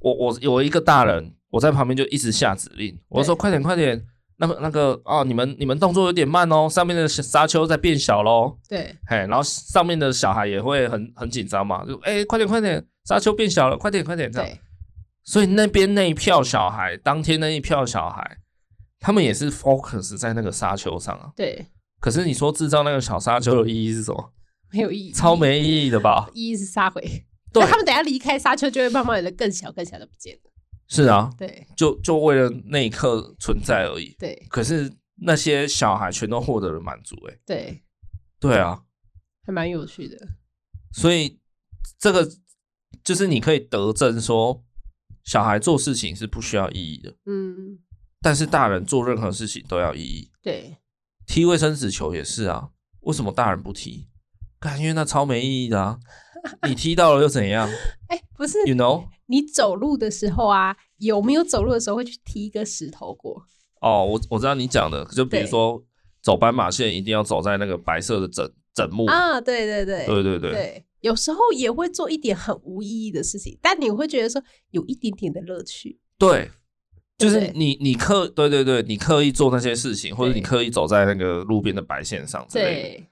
我我有一个大人，我在旁边就一直下指令，我就说快点快点，那个那个哦，你们你们动作有点慢哦，上面的沙丘在变小喽，对嘿，然后上面的小孩也会很很紧张嘛，就哎、快点快点，沙丘变小了，快点快点这样。对所以那边那一票小孩，当天那一票小孩，他们也是 focus 在那个沙丘上啊。对，可是你说制造那个小沙丘的意义是什么？没有意义，超没意义的吧？意义是杀回。对那 他们等一下离开沙丘，就会慢慢的更小更小的不见了。是啊，对就就为了那一刻存在而已。对可是那些小孩全都获得了满足、欸，诶，对，对啊，还蛮有趣的。所以这个就是你可以得证说，小孩做事情是不需要意义的，嗯，但是大人做任何事情都要意义。对踢卫生纸球也是啊，为什么大人不踢？感觉那超没意义的啊！你踢到了又怎样哎，不是？You know？你走路的时候啊，有没有走路的时候会去踢一个石头过？哦，我我知道你讲的，就比如对说走斑马线一定要走在那个白色的整整木，啊，对对对对对对，对，有时候也会做一点很无意义的事情，但你会觉得说有一点点的乐趣。对就是对你你刻对对对，你刻意做那些事情，或者你对刻意走在那个路边的白线上之类的，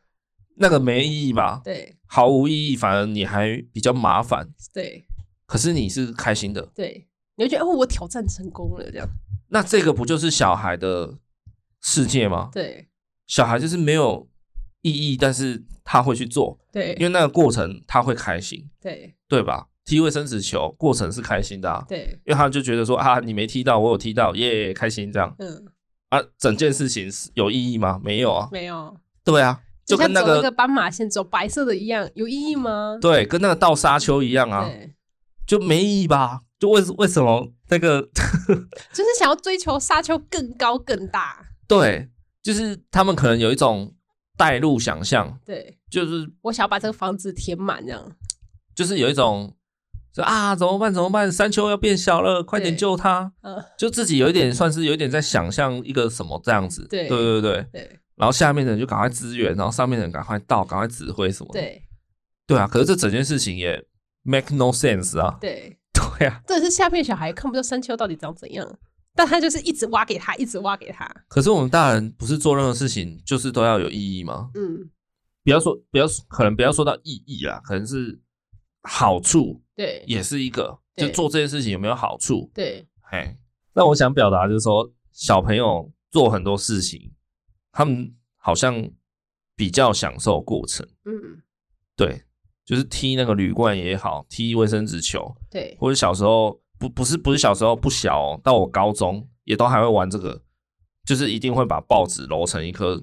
那个没意义吧？对毫无意义，反而你还比较麻烦。对可是你是开心的，对，你会觉得哦，我挑战成功了这样。那这个不就是小孩的世界吗？对小孩就是没有意义，但是他会去做，因对为那个过程他会开心，对对吧？踢卫生纸球过程是开心的啊，对，因为他就觉得说啊，你没踢到，我有踢到，耶，开心这样。嗯，啊，整件事情是有意义吗？没有啊，没有，对啊，就跟像那走那个个斑马线走白色的一样，有意义吗？对，跟那个倒沙丘一样啊，对，就没意义吧？就为为什么那个 就是想要追求沙丘更高更大。对，就是他们可能有一种带入想象，对就是我想要把这个房子填满，这样就是有一种说啊怎么办怎么办，山丘要变小了，快点对救他！嗯，就自己有一点算是有一点在想象一个什么这样子，对对对对，对然后下面的人就赶快支援，然后上面的人赶快到，赶快指挥什么的，对对啊，可是这整件事情也 make no sense 啊，对，对啊，这是下面小孩看不到山丘到底长怎样，但他就是一直挖给他，一直挖给他。可是我们大人不是做任何事情就是都要有意义吗？嗯，不要说不要可能不要说到意义啦，可能是好处对也是一个，对就做这件事情有没有好处？对嘿，那我想表达就是说，小朋友做很多事情，他们好像比较享受过程，嗯对，就是踢那个铝罐也好，踢卫生纸球，对或者小时候不不是不是小时候不小、哦，到我高中也都还会玩这个，就是一定会把报纸揉成一颗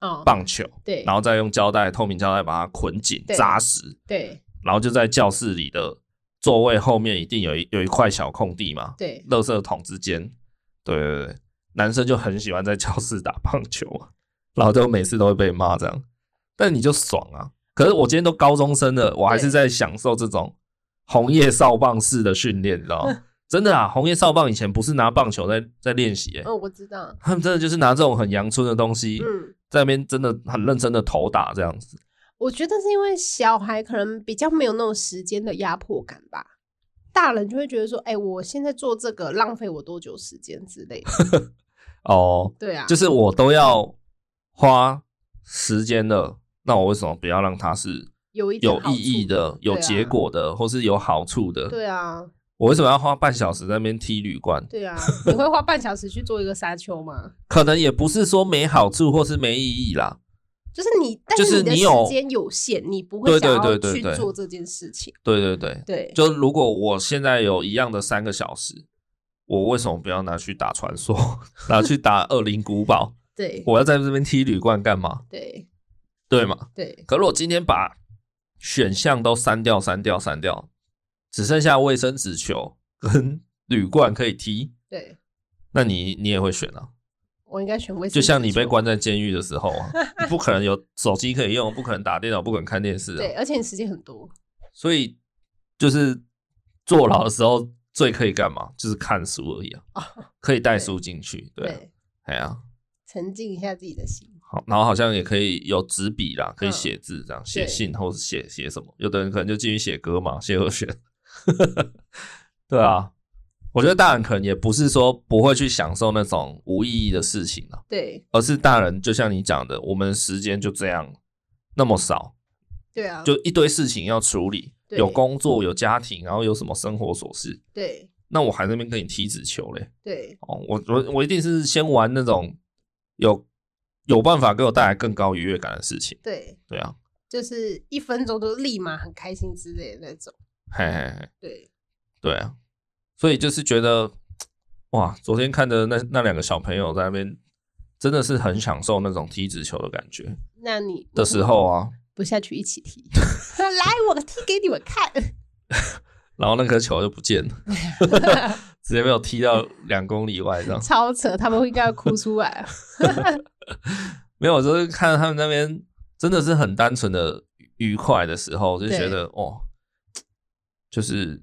哦棒球，对然后再用胶带透明胶带把它捆紧对扎实，对然后就在教室里的座位后面一定有一有一块小空地嘛，对垃圾桶之间，对对对，男生就很喜欢在教室打棒球啊，然后就每次都会被骂这样，但你就爽啊。可是我今天都高中生了，我还是在享受这种红叶扫棒式的训练，你知道 吗？真的啊，红叶扫棒以前不是拿棒球在在练习、欸，嗯，我知道，他们真的就是拿这种很阳春的东西，嗯。在那边真的很认真的投打这样子。我觉得是因为小孩可能比较没有那种时间的压迫感吧，大人就会觉得说，哎、我现在做这个浪费我多久时间之类的。哦，对啊，就是我都要花时间了，那我为什么不要让它是有一点有好意处啊义的、有结。果的，或是有好处的？对啊，我为什么要花半小时在那边踢铝罐？对 啊，对啊你会花半小时去做一个沙丘吗？可能也不是说没好处或是没意义啦。就是你，但就是你的你有时间有限，你不会对对想要对对去对做这件事情。对对对，对，就如果我现在有一样的三个小时，我为什么不要拿去打传说， 拿去打恶灵古堡？对，我要在这边踢铝罐干嘛？对，对吗？对，可如果今天把选项都删掉、删掉、删掉，只剩下卫生纸球跟铝罐可以踢，对，那你你也会选啊？我应该选卫生纸就球。像你被关在监狱的时候啊，你不可能有手机可以用，不可能打电脑，不可能看电视、对，啊。而且你时间很多。所以就是坐牢的时候最可以干嘛？就是看书而已啊，哦，可以带书进去。对啊，对，哎呀、沉浸一下自己的心。好，然后好像也可以有纸笔啦，可以嗯写字这样，写对信或是写写什么。有的人可能就进去写歌嘛， 写和弦。对啊，我觉得大人可能也不是说不会去享受那种无意义的事情啊。对，而是大人就像你讲的，我们时间就这样那么少，对啊，就一堆事情要处理，对有工作，有家庭，然后有什么生活琐事，对，那我还在那边跟你踢纸球嘞。对，哦，我我我一定是先玩那种有有办法给我带来更高愉悦感的事情，对。对啊，就是一分钟都立马很开心之类的那种。嘿嘿嘿，对，对啊，所以就是觉得哇，昨天看的那那两个小朋友在那边。真的是很享受那种踢纸球的感觉那你的时候啊，不下去一起踢， 来我踢给你们看。。然后那颗球就不见了。 直接被我踢到两公里外这样超扯，他们会应该要哭出来。啊没有，我就是看他们那边真的是很单纯的愉快的时候，就对觉得哦，就是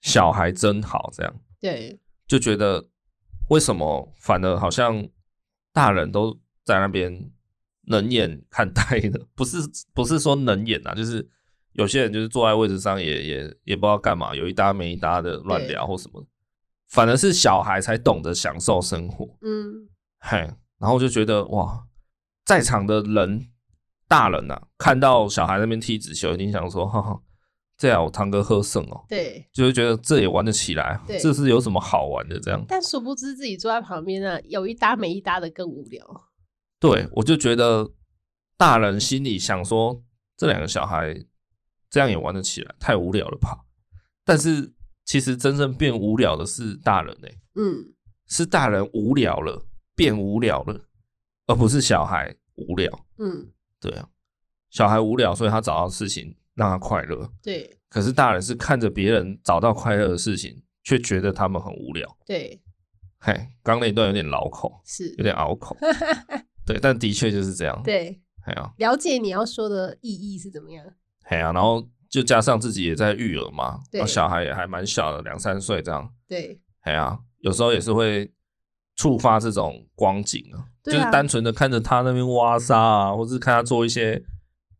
小孩真好，这样对就觉得为什么反而好像大人都在那边冷眼看待呢？ 不是不是说冷眼啊，就是有些人就是坐在位置上也也也不知道干嘛，有一搭没一搭的乱对聊或什么的，反而是小孩才懂得享受生活。嗯，嘿，然后我就觉得哇，在场的人大人呐、啊，看到小孩那边踢纸球，一定想说，哈哈，这样我堂哥喝剩哦，对。就会觉得这也玩得起来，啊对这是有什么好玩的？这样，但殊不知自己坐在旁边呢，有一搭没一搭的更无聊。对我就觉得大人心里想说，这两个小孩这样也玩得起来，太无聊了吧？但是其实真正变无聊的是大人呢、嗯是大人无聊了，变无聊了，而不是小孩无聊。嗯，对啊，小孩无聊，所以他找到事情让他快乐。对可是大人是看着别人找到快乐的事情，却觉得他们很无聊。对嘿，刚那一段有点老口，是有，点拗口。对，但的确就是这样。，对，哎呀、啊，了解你要说的意义是怎么样？哎呀、然后就加上自己也在育儿嘛，对然后小孩也还蛮小的，两三岁这样。对哎呀、有时候也是会触发这种光景啊，就对是啊单纯的看着他那边挖沙啊，或是看他做一些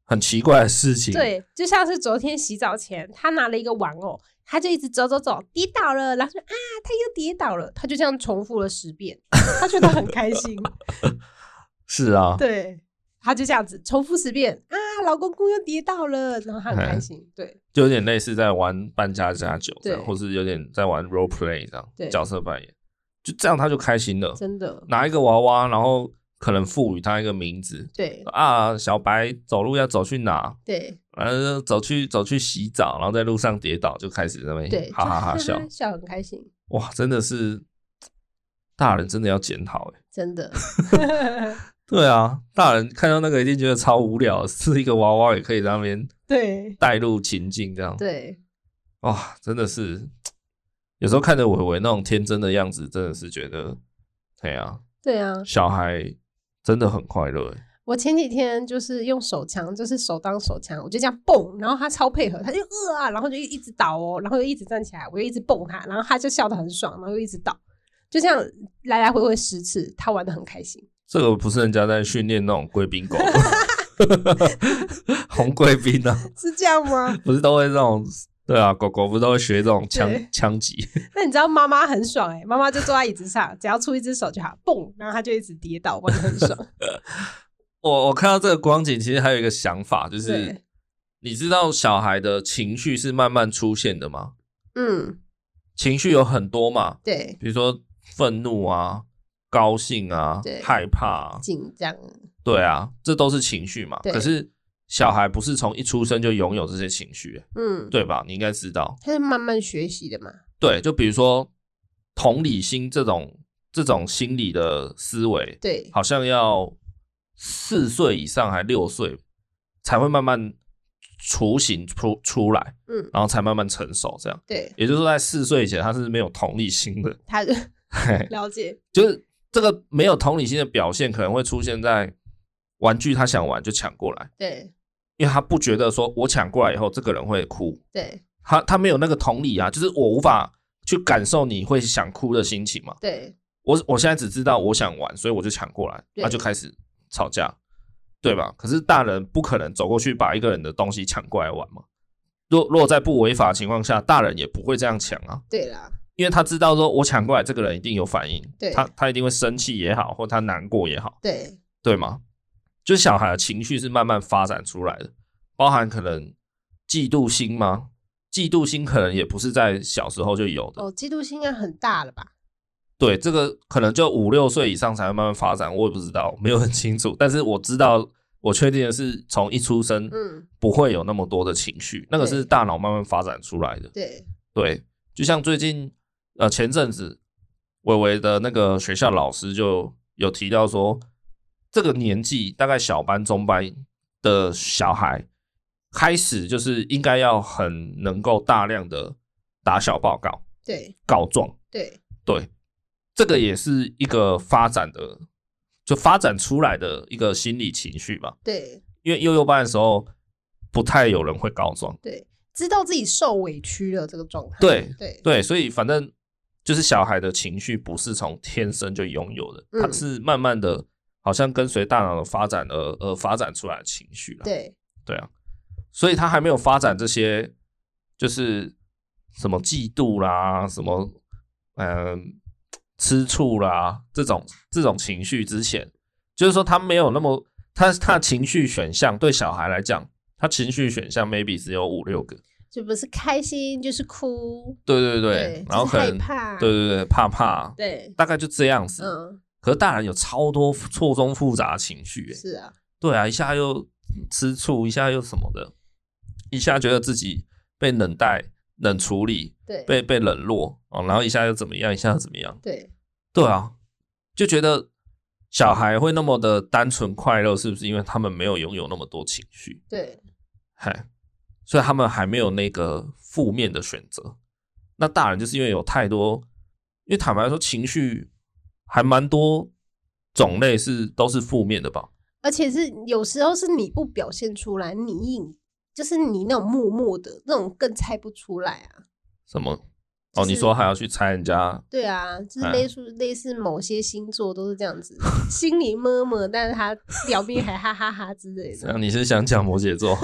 很奇怪的事情。，对，就像是昨天洗澡前，他拿了一个玩偶，他就一直走走走，跌倒了，然后就啊，他又跌倒了，他就这样重复了十遍，他觉得很开 心。是啊，对，他就这样子重复十遍啊，老公公又跌倒了，然后他很哎开心。对就有点类似在玩扮家家酒这样，对或是有点在玩 role play 这对样，角色扮演，就这样他就开心了。真的，拿一个娃娃，然后可能赋予他一个名字对啊，小白走路要走去哪？对呃，走去走去洗澡，然后在路上跌倒，就开始在那对，边哈哈哈就。笑 笑很开心，哇，真的是大人真的要检讨哎。真的。对啊，大人看到那个一定觉得超无聊，是一个娃娃也可以在那边对带入情境这样。对哇，真的是，有时候看着伟伟那种天真的样子，真的是觉得，哎呀、对啊，小孩真的很快乐欸。我前几天就是用手枪，就是手当手枪，我就这样蹦，然后他超配合，他就呃啊，然后就一直倒哦，然后又一直站起来，我又一直蹦他，然后他就笑得很爽，然后又一直倒，就这样来来回回十次，他玩的很开心。这个不是人家在训练那种贵宾狗， 红贵宾啊，是这样吗？ 不是都会这种，对啊，狗狗不都会学这种枪对枪击？ 那你知道妈妈很爽哎、妈妈就坐在椅子上，只要出一只手就好，蹦，然后他就一直跌倒，玩的很爽。我我看到这个光景，其实还有一个想法， 就是对你知道小孩的情绪是慢慢出现的吗？嗯，情绪有很多嘛，对，比如说愤怒啊、高兴啊对、害怕、啊，紧张，对啊，这都是情绪嘛。对可是小孩不是从一出生就拥有这些情绪，嗯，对吧？你应该知道。他是慢慢学习的嘛，对，就比如说同理心这种这种心理的思维，对，好像要四岁以上还六岁才会慢慢雏形出出来，嗯，然后才慢慢成熟。这样，对，也就是说，在四岁以前他是没有同理心的，他嘿 了解，就是这个没有同理心的表现可能会出现在玩具他想玩就抢过来，对因为他不觉得说我抢过来以后这个人会哭，对他他没有那个同理啊，就是我无法去感受你会想哭的心情嘛。对我我现在只知道我想玩，所以我就抢过来，嗯对那就开始吵架，对吧？可是大人不可能走过去把一个人的东西抢过来玩嘛。若若在不违法的情况下，大人也不会这样抢啊，对啦，因为他知道说我抢过来，这个人一定有反应对，他他一定会生气也好，或他难过也好，对对吗？就小孩的情绪是慢慢发展出来的，包含可能嫉妒心吗？嫉妒心可能也不是在小时候就有的，哦，嫉妒心应该很大了吧？对，这个可能就五六岁以上才会慢慢发展，我也不知道，没有很清楚。但是我知道，我确定的是，从一出生嗯，不会有那么多的情绪，那个对是大脑慢慢发展出来的。对，对，就像最近呃前阵子，伟伟的那个学校老师就有提到说，这个年纪大概小班、中班的小孩，开始就是应该要很能够大量的打小报告、对告状。对对，这个也是一个发展的，就发展出来的一个心理情绪吧。对因为幼幼班的时候，不太有人会告状，对，知道自己受委屈了这个状态。对对对，所以反正就是小孩的情绪不是从天生就拥有的，嗯它是慢慢的，好像跟随大脑的发展而而发展出来的情绪了。对对啊，所以他还没有发展这些，就是什么嫉妒啦，什么嗯、吃醋啦这种这种情绪之前，就是说他没有那么他他的情绪选项对小孩来讲，他情绪选项 maybe 只有五六个，就不是开心就是哭，对对对对，，然后就是可害能怕，对对对怕怕，对，大概就这样子。嗯，可是大人有超多错综复杂的情绪、欸，是啊，对啊，一下又吃醋，一下又什么的，一下觉得自己被冷待、冷处理、对被被冷落哦，然后一下又怎么样，一下又怎么样，对对啊，就觉得小孩会那么的单纯快乐，是不是因为他们没有拥有那么多情绪？对，嗨，所以他们还没有那个负面的选择。那大人就是因为有太多，因为坦白说，情绪还蛮多种类是都是负面的吧？而且是有时候是你不表现出来，你隐就是你那种默默的那种更猜不出来啊。什么？就哦，是你说还要去猜人家？对啊，就是哎类似类似某些星座都是这样子，心里么么，但是他表面还哈哈哈之类 那的，你是想讲摩羯 座？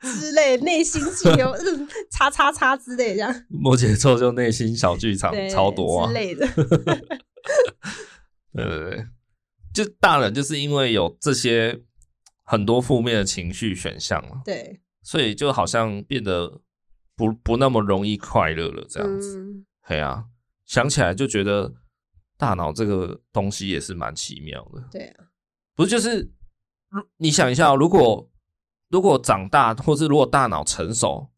之类内心戏有嗯叉叉叉之类这样，摩羯座就内心小剧场对，超多啊之！类的。 对对对，就大人就是因为有这些很多负面的情绪选项嘛，对，所以就好像变得不不那么容易快乐了，这样子。嗯，嘿啊，想起来就觉得大脑这个东西也是蛮奇妙的。对啊，不是就是如你想一下哦，如果如果长大，或是如果大脑成熟，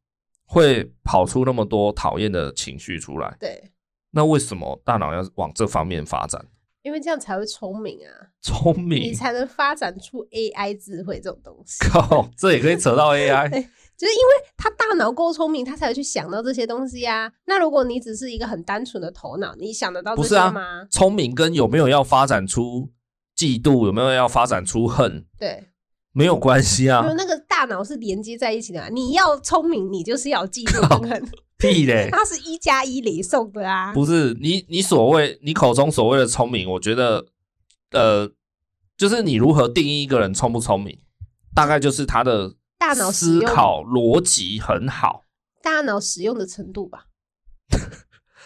会跑出那么多讨厌的情绪出来，对，那为什么大脑要往这方面发展？ 因为这样才会聪明啊，聪你明，才能发展出 AI 智慧这种东西。 靠，这也可以扯到 AI。就是因为他大脑够聪明，他才会去想到这些东西呀、那如果你只是一个很单纯的头脑，你想得到这不是些啊吗？聪明跟有没有要发展出嫉妒，有没有要发展出恨，对，没有关系因啊为，那个大脑是连接在一起的啊、你要聪明，你就是要有嫉 妒哦跟恨，屁嘞！它是一加一连送的啊。不是你，你所谓你口中所谓的聪明，我觉得，呃，就是你如何定义一个人聪不聪明，大概就是他的大脑使思用考逻辑很好。大脑使用的程 度吧。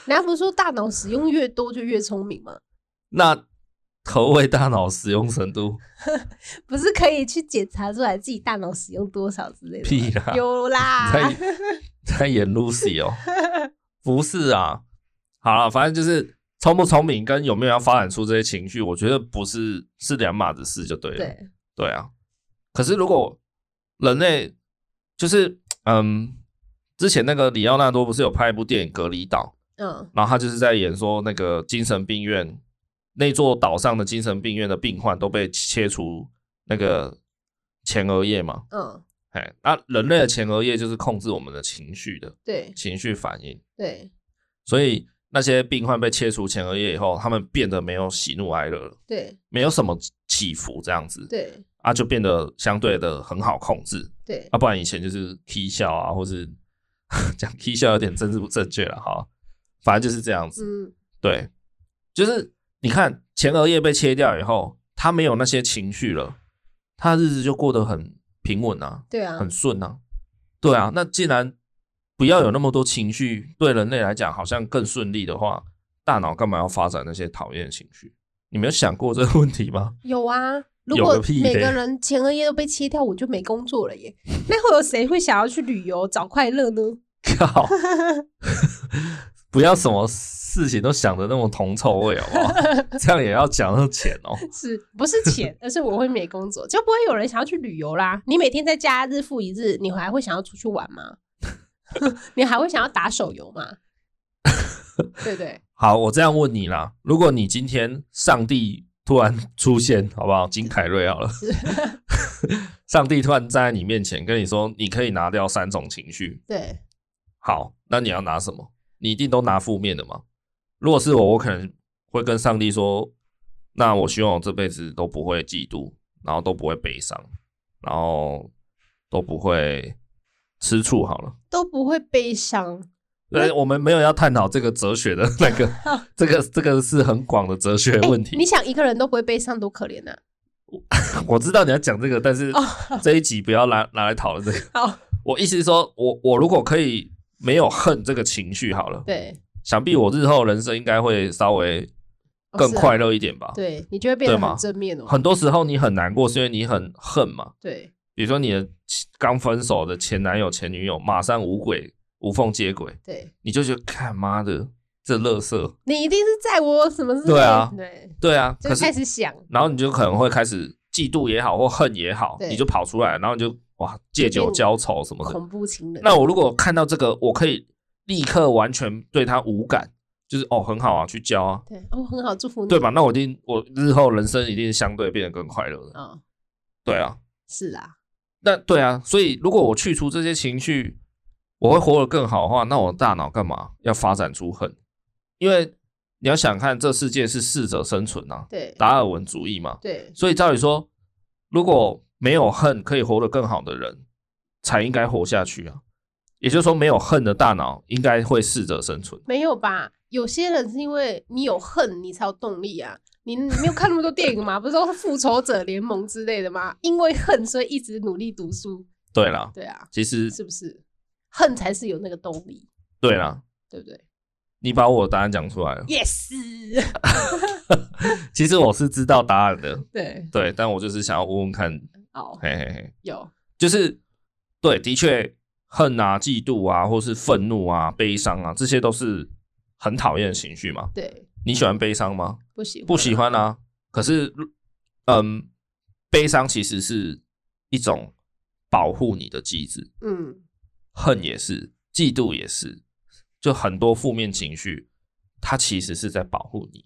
人家不是说大脑使用越多就越聪明吗？那何谓大脑使用程度？不是可以去检查出来自己大脑使用多少之类的吗？屁啦！有啦，在在演 Lucy 哦，不是啊。好了，反正就是聪不聪明跟有没有要发展出这些情绪，我觉得不是是两码子事就对了。对，对啊，可是如果人类就是嗯，之前那个里奥纳多不是有拍一部电影《隔离岛嗯》，，然后他就是在演说那个精神病院那座岛上的精神病院的病患都被切除那个前额叶嘛，嗯，哎，那、人类的前额叶就是控制我们的情绪的对情绪反应，对所以那些病患被切除前额叶以后，他们变得没有喜怒哀乐了，对没有什么起伏这样子，对啊，就变得相对的很好控制。对，啊，不然以前就是 K 笑啊，或是讲 K 笑有点政治不正确了哈，反正就是这样子。嗯，对，就是你看前额叶被切掉以后，他没有那些情绪了，他的日子就过得很平稳啊，对啊很，顺啊。对啊，那既然不要有那么多情绪，对人类来讲好像更顺利的话，大脑干嘛要发展那些讨厌的情绪？你没有想过这个问题吗？有啊。如有果个屁每嘞个人前额叶都被切掉，我就没工作了耶。那会有谁会想要去旅游找快乐呢？靠！ 不要什么事情都想的那么铜臭味，好不好？这样也要讲到钱哦。是 不是钱，而是我会没工作，就不会有人想要去旅游啦。你每天在家日复一日，你还会想要出去玩吗？ 你还会想要打手游吗？对不对，好，我这样问你啦，如果你今天上帝突然出现，好不好？金凯瑞好了， 上帝突然站在你面前跟你说，你可以拿掉三种情绪。对，好，那你要拿什么？你一定都嗯拿负面的嘛？如果是我，我可能会跟上帝说，那我希望我这辈子都不会嫉妒，然后都不会悲伤，然后都不会吃醋。好了，都不会悲伤。呃，我们没有要探讨这个哲学的那 个，这个这个是很广的哲学哎问题。你想一个人都不会悲伤，多可怜呐、我知道你要讲这个，但是哦这一集不要拿拿来讨论这个。 好，我意思是说，我我如果可以没有恨这个情绪，好了，对，想必我日后人生应该会稍微更是啊快乐一点吧。对你就会变得对吗很正面哦。很多时候你很难过，是因为你很恨嘛。对，比如说你的刚分手的前男友、前女友，马上无轨、无缝接轨，对你就觉得看妈的这乐色。你一定是在我什么事？对啊对，对啊，就可是开始想然后你就可能会开始嫉妒也好，或恨也好，对你就跑出来，然后你就哇借酒浇愁什么的。恐怖情人。那我如果看到这个，我可以立刻完全对他无感，就是哦很好啊，去教啊，对，哦，很好，祝福你，对？吧？那我一定我日后人生一定相对变得更快乐的，嗯，对啊，是啊，那对啊，所以如果我去除这些情绪，我会活得更好的话，那我大脑干嘛要发展出恨？因为你要想看，这世界是适者生存啊，对，达尔文主义嘛。对，所以照理说，如果没有恨可以活得更好的人，才应该活下去啊。也就是说，没有恨的大脑应该会适者生存。没有吧？有些人是因为你有恨，你才有动力啊。你你没有看那么多电影吗？不是都是复仇者联盟之类的吗？因为恨，所以一直努力读书。对啦，对啊，其实是不是？恨才是有那个动力，对啦，对不对你把我的答案讲出来了。 ？Yes， 其实我是知道答案的，对，对，但我就是想要问问看，哦，嘿嘿嘿。有，就是对，的确恨啊、嫉妒啊，或是愤怒啊、悲伤啊，这些都是很讨厌的情绪嘛。对，你喜欢悲伤吗？不喜欢不喜欢啊。可是，嗯，悲伤其实是一种保护你的机制，嗯，恨也是，嫉妒也是，就很多负面情绪，它其实是在保护你，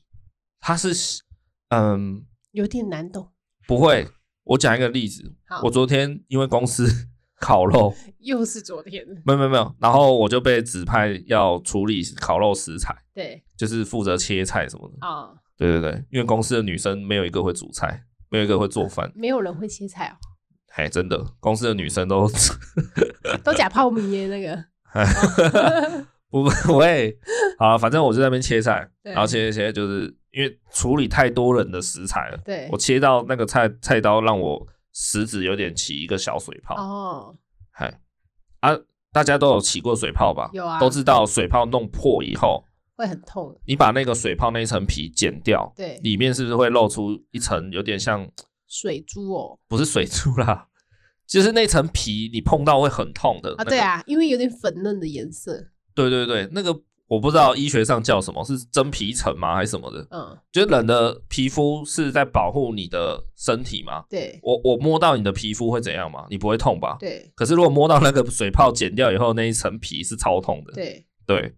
它是嗯有点难懂。不会。我讲一个例子，嗯好我，昨天因为公司 烤 肉。又是昨天，没有没有没有，然后我就被指派要处理烤肉食材，对就是负责切菜什么的。啊，对对对，因为公司的女生没有一个会煮菜，没有一个会做饭。没有人会切菜哦，哎，真的，公司的女生都 都假泡米耶那个，不不会。好了，反正我就在那边切菜，对然后切切切，就是因为处理太多人的食材了，对我，切到那个菜菜刀让我食指有点起一个小水泡。哦，嗨、啊，大家都有起过水泡吧？有啊都知道水泡弄破以后。会很痛，你把那个水泡那一层皮剪掉，对，里面是不是会露出一层有点像水珠哦，不是水珠啦，就是那层皮你碰到会很痛的、啊，那个对，啊，因为有点粉嫩的颜色，对对对，那个我不知道医学上叫什么，是真皮层吗还是什么的？嗯，就是人的皮肤是在保护你的身体吗？对我我摸到你的皮肤会怎样吗？你不会痛吧？对可是如果摸到那个水泡剪掉以后，那一层皮是超痛的。对，对，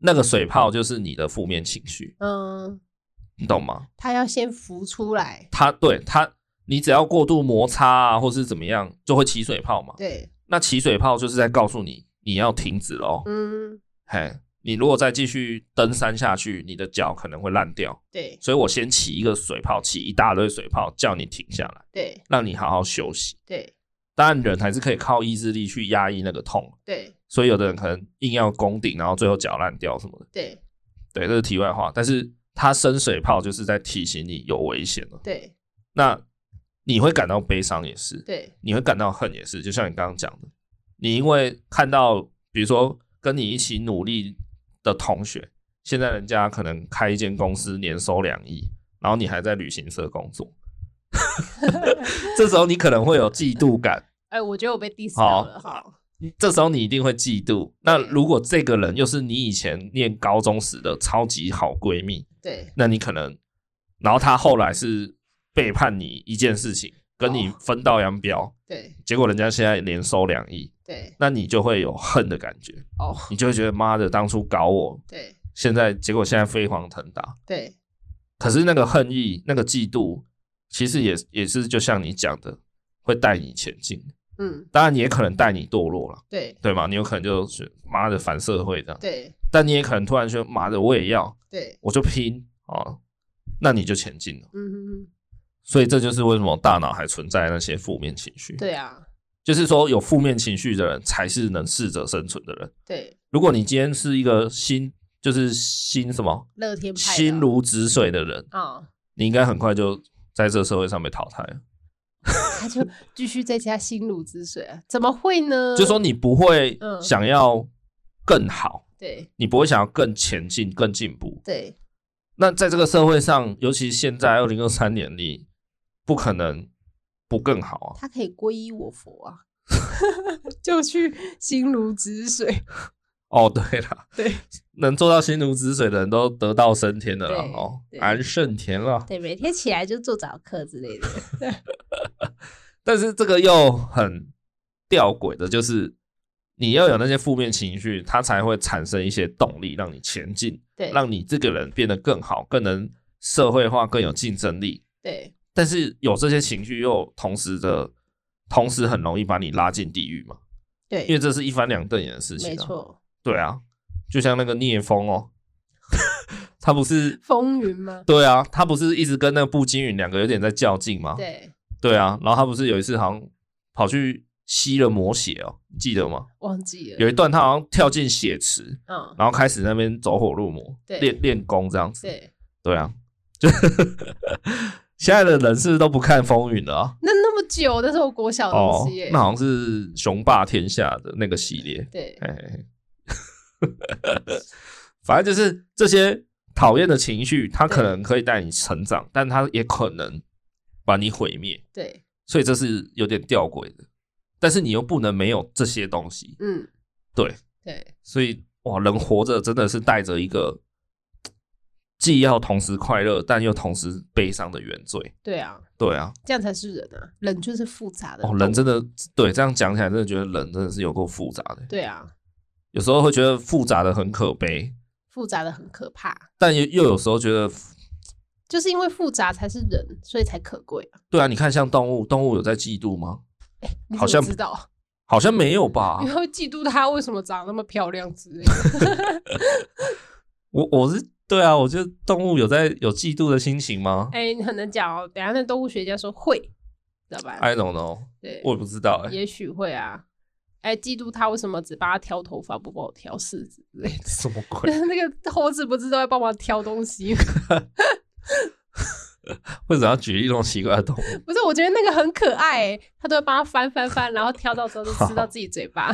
那个水泡就是你的负面情绪，嗯，你懂吗？它要先浮出来，它对它，你只要过度摩擦啊，或是怎么样，就会起水泡嘛。对，那起水泡就是在告诉你你要停止喽。嗯，嘿，你如果再继续登山下去，你的脚可能会烂掉。对所以我先起一个水泡，起一大堆水泡，叫你停下来，对让你好好休息。对当然，人还是可以靠意志力去压抑那个痛。对所以有的人可能硬要攻顶，然后最后脚烂掉什么的。对对，这是题外话。但是它生水泡就是在提醒你有危险了。对那你会感到悲伤也是，对你会感到恨也是，就像你刚刚讲的，你因为看到，比如说跟你一起努力的同学，现在人家可能开一间公司年收两亿，然后你还在旅行社工作，这时候你可能会有嫉妒感，哎，我觉得我被 diss 好到了，好，这时候你一定会嫉妒。那如果这个人又是你以前念高中时的超级好闺蜜，对那你可能，然后她后来是背叛你一件事情，跟你分道扬镳，对结果人家现在年收两亿。对，那你就会有恨的感觉，哦，你就会觉得妈的，当初搞我，对现在结果现在飞黄腾达。对可是那个恨意、那个嫉妒，其实也也是就像你讲的，会带你前进，嗯，当然你也可能带你堕落了，对对吗？你有可能就是妈的反社会这样，对但你也可能突然说妈的我也要，对，我就拼啊、哦那你就前进了。嗯，所以这就是为什么大脑还存在那些负面情绪，对啊，就是说有负面情绪的人才是能适者生存的人。对，如果你今天是一个心，就是心什么乐天派的心如止水的人，啊，你应该很快就在这社会上被淘汰了。他就继续在家心如止水啊，怎么会呢？就说你不会嗯想要更好，对你不会想要更前进、更进步。对那在这个社会上，尤其现在二零二三年，你不可能不更好啊。他可以皈依我佛啊， 就去心如止水。哦，对了， 对，能做到心如止水的人都得道升天的了啦对哦，对安胜田了。对，每天起来就做早课之类 的。但是这个又很吊诡的，就是你要有那些负面情绪，它才会产生一些动力，让你前进，对让你这个人变得更好，更能社会化，更有竞争力。对但是有这些情绪，又同时的，同时很容易把你拉进地狱嘛，因为对，这是一翻两瞪眼的事情、啊。没，错，对啊，就像那个聂风哦， 他不是，风云吗？对啊，他不是一直跟那个步惊云两个有点在较劲吗？对，对啊，然后他不是有一次好像跑去吸了魔血哦，你记得吗？忘记了有，一段他好像跳进血池，嗯，然后开始那边走火入魔，对练练功这样子。对。对啊， 就现在的人是不是都不看风云了啊？那那么久，那是我国小的哦东西耶。，那好像是雄霸天下的那个系列。对嘿嘿嘿 反正就是这些讨厌的情绪，它可能可以带你成长，但它也可能把你毁灭，对，所以这是有点吊诡的。但是你又不能没有这些东西，嗯，对，对所以哇，人活着真的是带着一个既要同时快乐，但又同时悲伤的原罪。对啊，对啊，这样才是人啊，人就是复杂的哦，动物人真的对这样讲起来，真的觉得人真的是有够复杂的，对啊，有时候会觉得复杂的很可悲，复杂的很可怕，但又又有时候觉得，就是因为复杂才是人，所以才可贵啊。对啊，你看像动物，动物有在嫉妒吗？你怎么好像知道，好像没有吧你？会嫉妒她为什么长那么漂亮之类的。我我是对啊，我觉得动物有在有嫉妒的心情吗哎，你很能讲哦，等一下那动物学家说会，知道吧？ ？I don't know，对，哎我也不知道哎、也许会啊。哎，嫉妒他为什么只帮他挑头发，不帮我挑柿子 之类的？什么鬼？那个猴子不是都会帮忙挑东西吗？ 为什么要举例这种奇怪的动物？不是，我觉得那个很可爱、欸，他都会帮它翻翻翻，然后挑到时候就吃到自己嘴巴。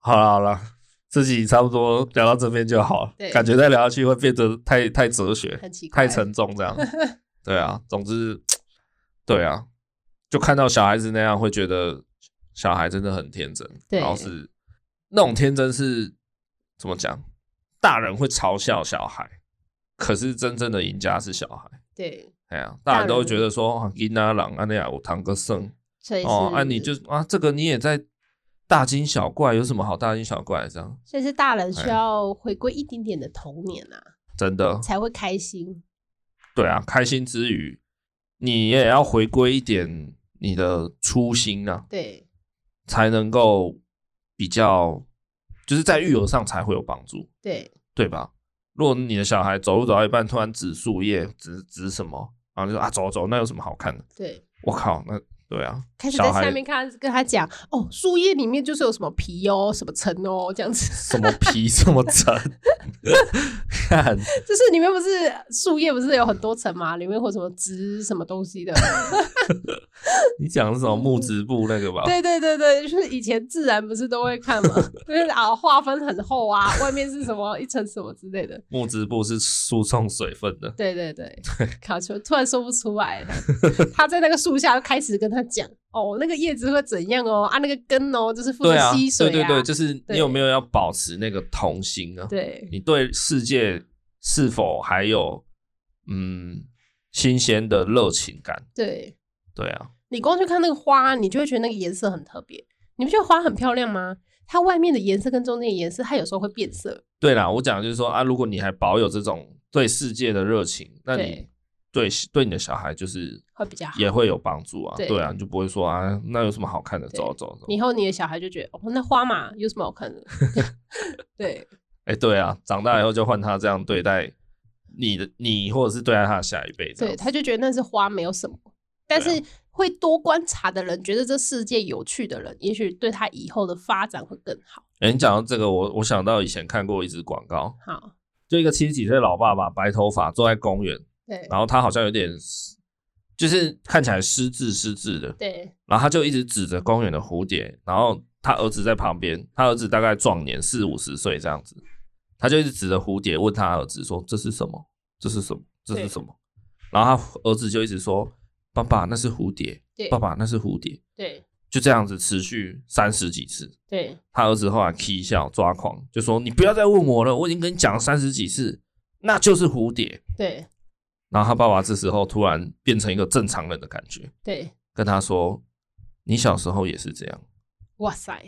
好了好了，自己差不多聊到这边就好了对，感觉再聊下去会变得太太哲学，很奇怪太沉重这样。 对啊，总之，对啊，就看到小孩子那样，会觉得小孩真的很天真，对然后是那种天真是怎么讲？大人会嘲笑小孩，可是真正的赢家是小孩。对，哎呀、大大人都会人觉得说，啊囡仔人安尼啊，有堂哥胜。所以是哦，啊，你就啊，这个你也在大惊小怪，有什么好大惊小怪的？这样所以是大人哎需要回归一点点的童年啊，真的才会开心。对啊，开心之余，你也要回归一点你的初心啊，对，才能够比较，就是在育儿上才会有帮助，对，对吧？如果你的小孩走路走到一半，突然指树叶，指指什么，然后就说啊，走走，那有什么好看的？对，我靠，那对啊，开始在小孩嗯下面看他跟他讲哦，树叶里面就是有什么皮哦，什么层哦，这样子。 什么皮什么层， 看就是里面不是树叶不是有很多层吗？里面会有什么枝什么东西的？啊你讲的是什么木质部那个吧？ 对对对对，就是以前自然不是都会看吗？就是啊，划分很厚啊，外面是什么一层什么之类的。木质部是输送水分的，对对对，卡丘突然说不出来了， 他在那个树下开始跟他讲，哦，那个叶子会怎样哦，啊，那个根哦，就是负对责啊，吸水对对对，对就是你有没有要保持那个童心啊？对你对世界是否还有嗯新鲜的热情感？对对啊，你光去看那个花，你就会觉得那个颜色很特别，你不觉得花很漂亮吗？它外面的颜色跟中间的颜色，它有时候会变色。对啦，我讲的就是说啊，如果你还保有这种对世界的热情，那你对对对你的小孩就是会比较好也会有帮助啊。对对啊，你就不会说啊，那有什么好看的？对走啊走啊走啊。以后你的小孩就觉得，哦，那花嘛有什么好看 的？对哎、对啊，长大以后就换他这样对待你的你，或者是对待他的下一辈这样子。对，他就觉得那是花，没有什么。但对啊是会多观察的人，觉得这世界有趣的人，也许对他以后的发展会更好。哎、你讲到这个，我我想到以前看过一支广告，好，就一个七十几岁的老爸爸，白头发，坐在公园，对然后他好像有点，就是看起来失智失智的，对然后他就一直指着公园的蝴蝶，然后他儿子在旁边，他儿子大概壮年四五十岁这样子，他就一直指着蝴蝶问他儿子说：“这是什么？这是什么？这是什么？”然后他儿子就一直说：“爸爸，那是蝴蝶，对爸爸，那是蝴蝶。对”就这样子持续三十几次，对他儿子后来 k 笑抓狂，就说：“你不要再问我了，我已经跟你讲了三十几次，那就是蝴蝶。对”然后他爸爸这时候突然变成一个正常人的感觉，对，跟他说：“你小时候也是这样。哇塞，”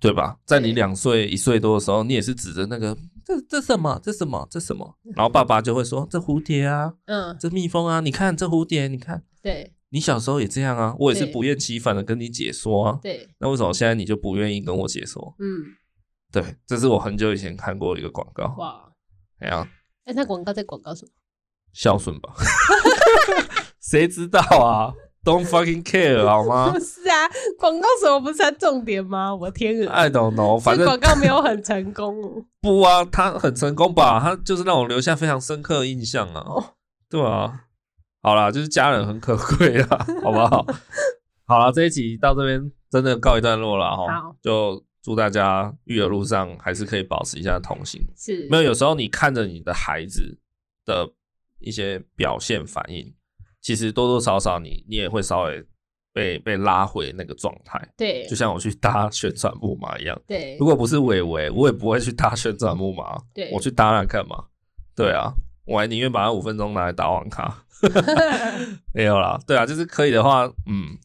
对吧？在你对两岁、一岁多的时候，你也是指着那个这这什么这什么这什么，然后爸爸就会说这蝴蝶啊，嗯，这蜜蜂啊，你看这蝴蝶，你看对你小时候也这样啊，我也是对不厌其烦的跟你解说啊，对，那为什么现在你就不愿意跟我解说？嗯，对，这是我很久以前看过的一个广告，哇，哎呀，哎，那广告在广告什么？孝顺吧， 谁知道啊？Don't fucking care 好吗不是啊，广告什么不是它重点吗？我天鹅， ？I don't know，反啊这正广告没有很成功哦。不啊，他很成功吧？他就是让我留下非常深刻的印象啊。哦对啊，好啦，就是家人很可贵啦，好不好？好啦，这一集到这边真的告一段落了哈好。就祝大家育儿路上还是可以保持一下童心。 是没有，有时候你看着你的孩子的一些表现反应，其实多多少少你你也会稍微被被拉回那个状态。对就像我去搭旋转木马一样，对如果不是伟伟，我也不会去搭旋转木马。对我去搭那干嘛？对啊，我还宁愿把那五分钟拿来打网咖。没有啦，对啊，就是可以的话，嗯，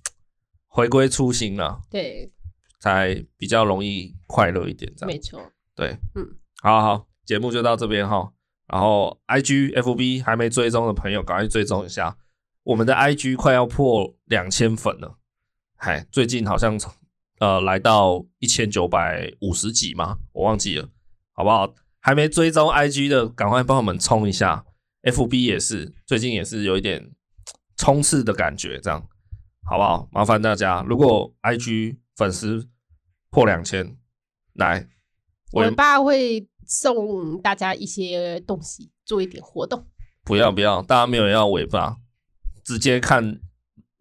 回归初心啦，对，才比较容易快乐一点。这没样错，对，嗯，好好，节目就到这边哈。然后 I G F B 还没追踪的朋友，赶快去追踪一下。我们的 I G 快要破两千粉了，嗨，最近好像呃来到一千九百五十几吗？我忘记了，好不好？还没追踪 IG 的，赶快帮我们冲一下。FB 也是，最近也是有一点冲刺的感觉，这样好不好？麻烦大家，如果 IG 粉丝破两千，来，我我爸会送大家一些东西，做一点活动。不要不要，大家没有人要尾巴，直接看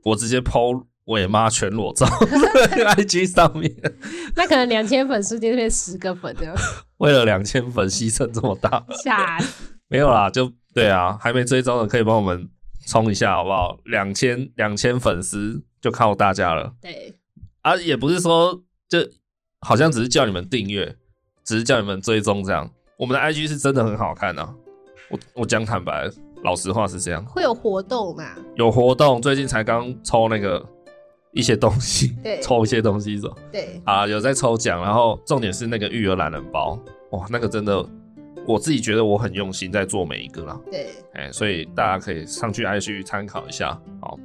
我直接剖尾妈全裸照在 IG 上面， 那可能两千粉丝就变十个粉这样，为了两千粉牺牲这么大， 吓死！没有啦，就对啊，还没追踪的可以帮我们冲一下好不好？两千两千粉丝就靠大家了对啊，也不是说就好像只是叫你们订阅，只是叫你们追踪这样。我们的 IG 是真的很好看啊，我我讲坦白，老实话是这样。会有活动啦，有活动，最近才刚抽那个一些东西，对抽一些东西走对，啊，有在抽奖，然后重点是那个育儿懒人包，哇，那个真的我自己觉得我很用心在做每一个啦，对，哎、所以大家可以上去 IG 参考一下，好，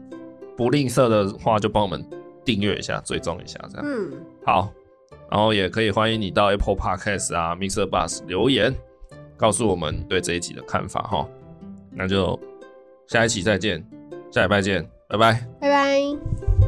不吝啬的话就帮我们订阅一下，追踪一下，这样、嗯，好，然后也可以欢迎你到 Apple Podcast 啊、Mixer Bus 留言，告诉我们对这一集的看法哈，那就下一期再见，下礼拜见，拜拜。拜拜。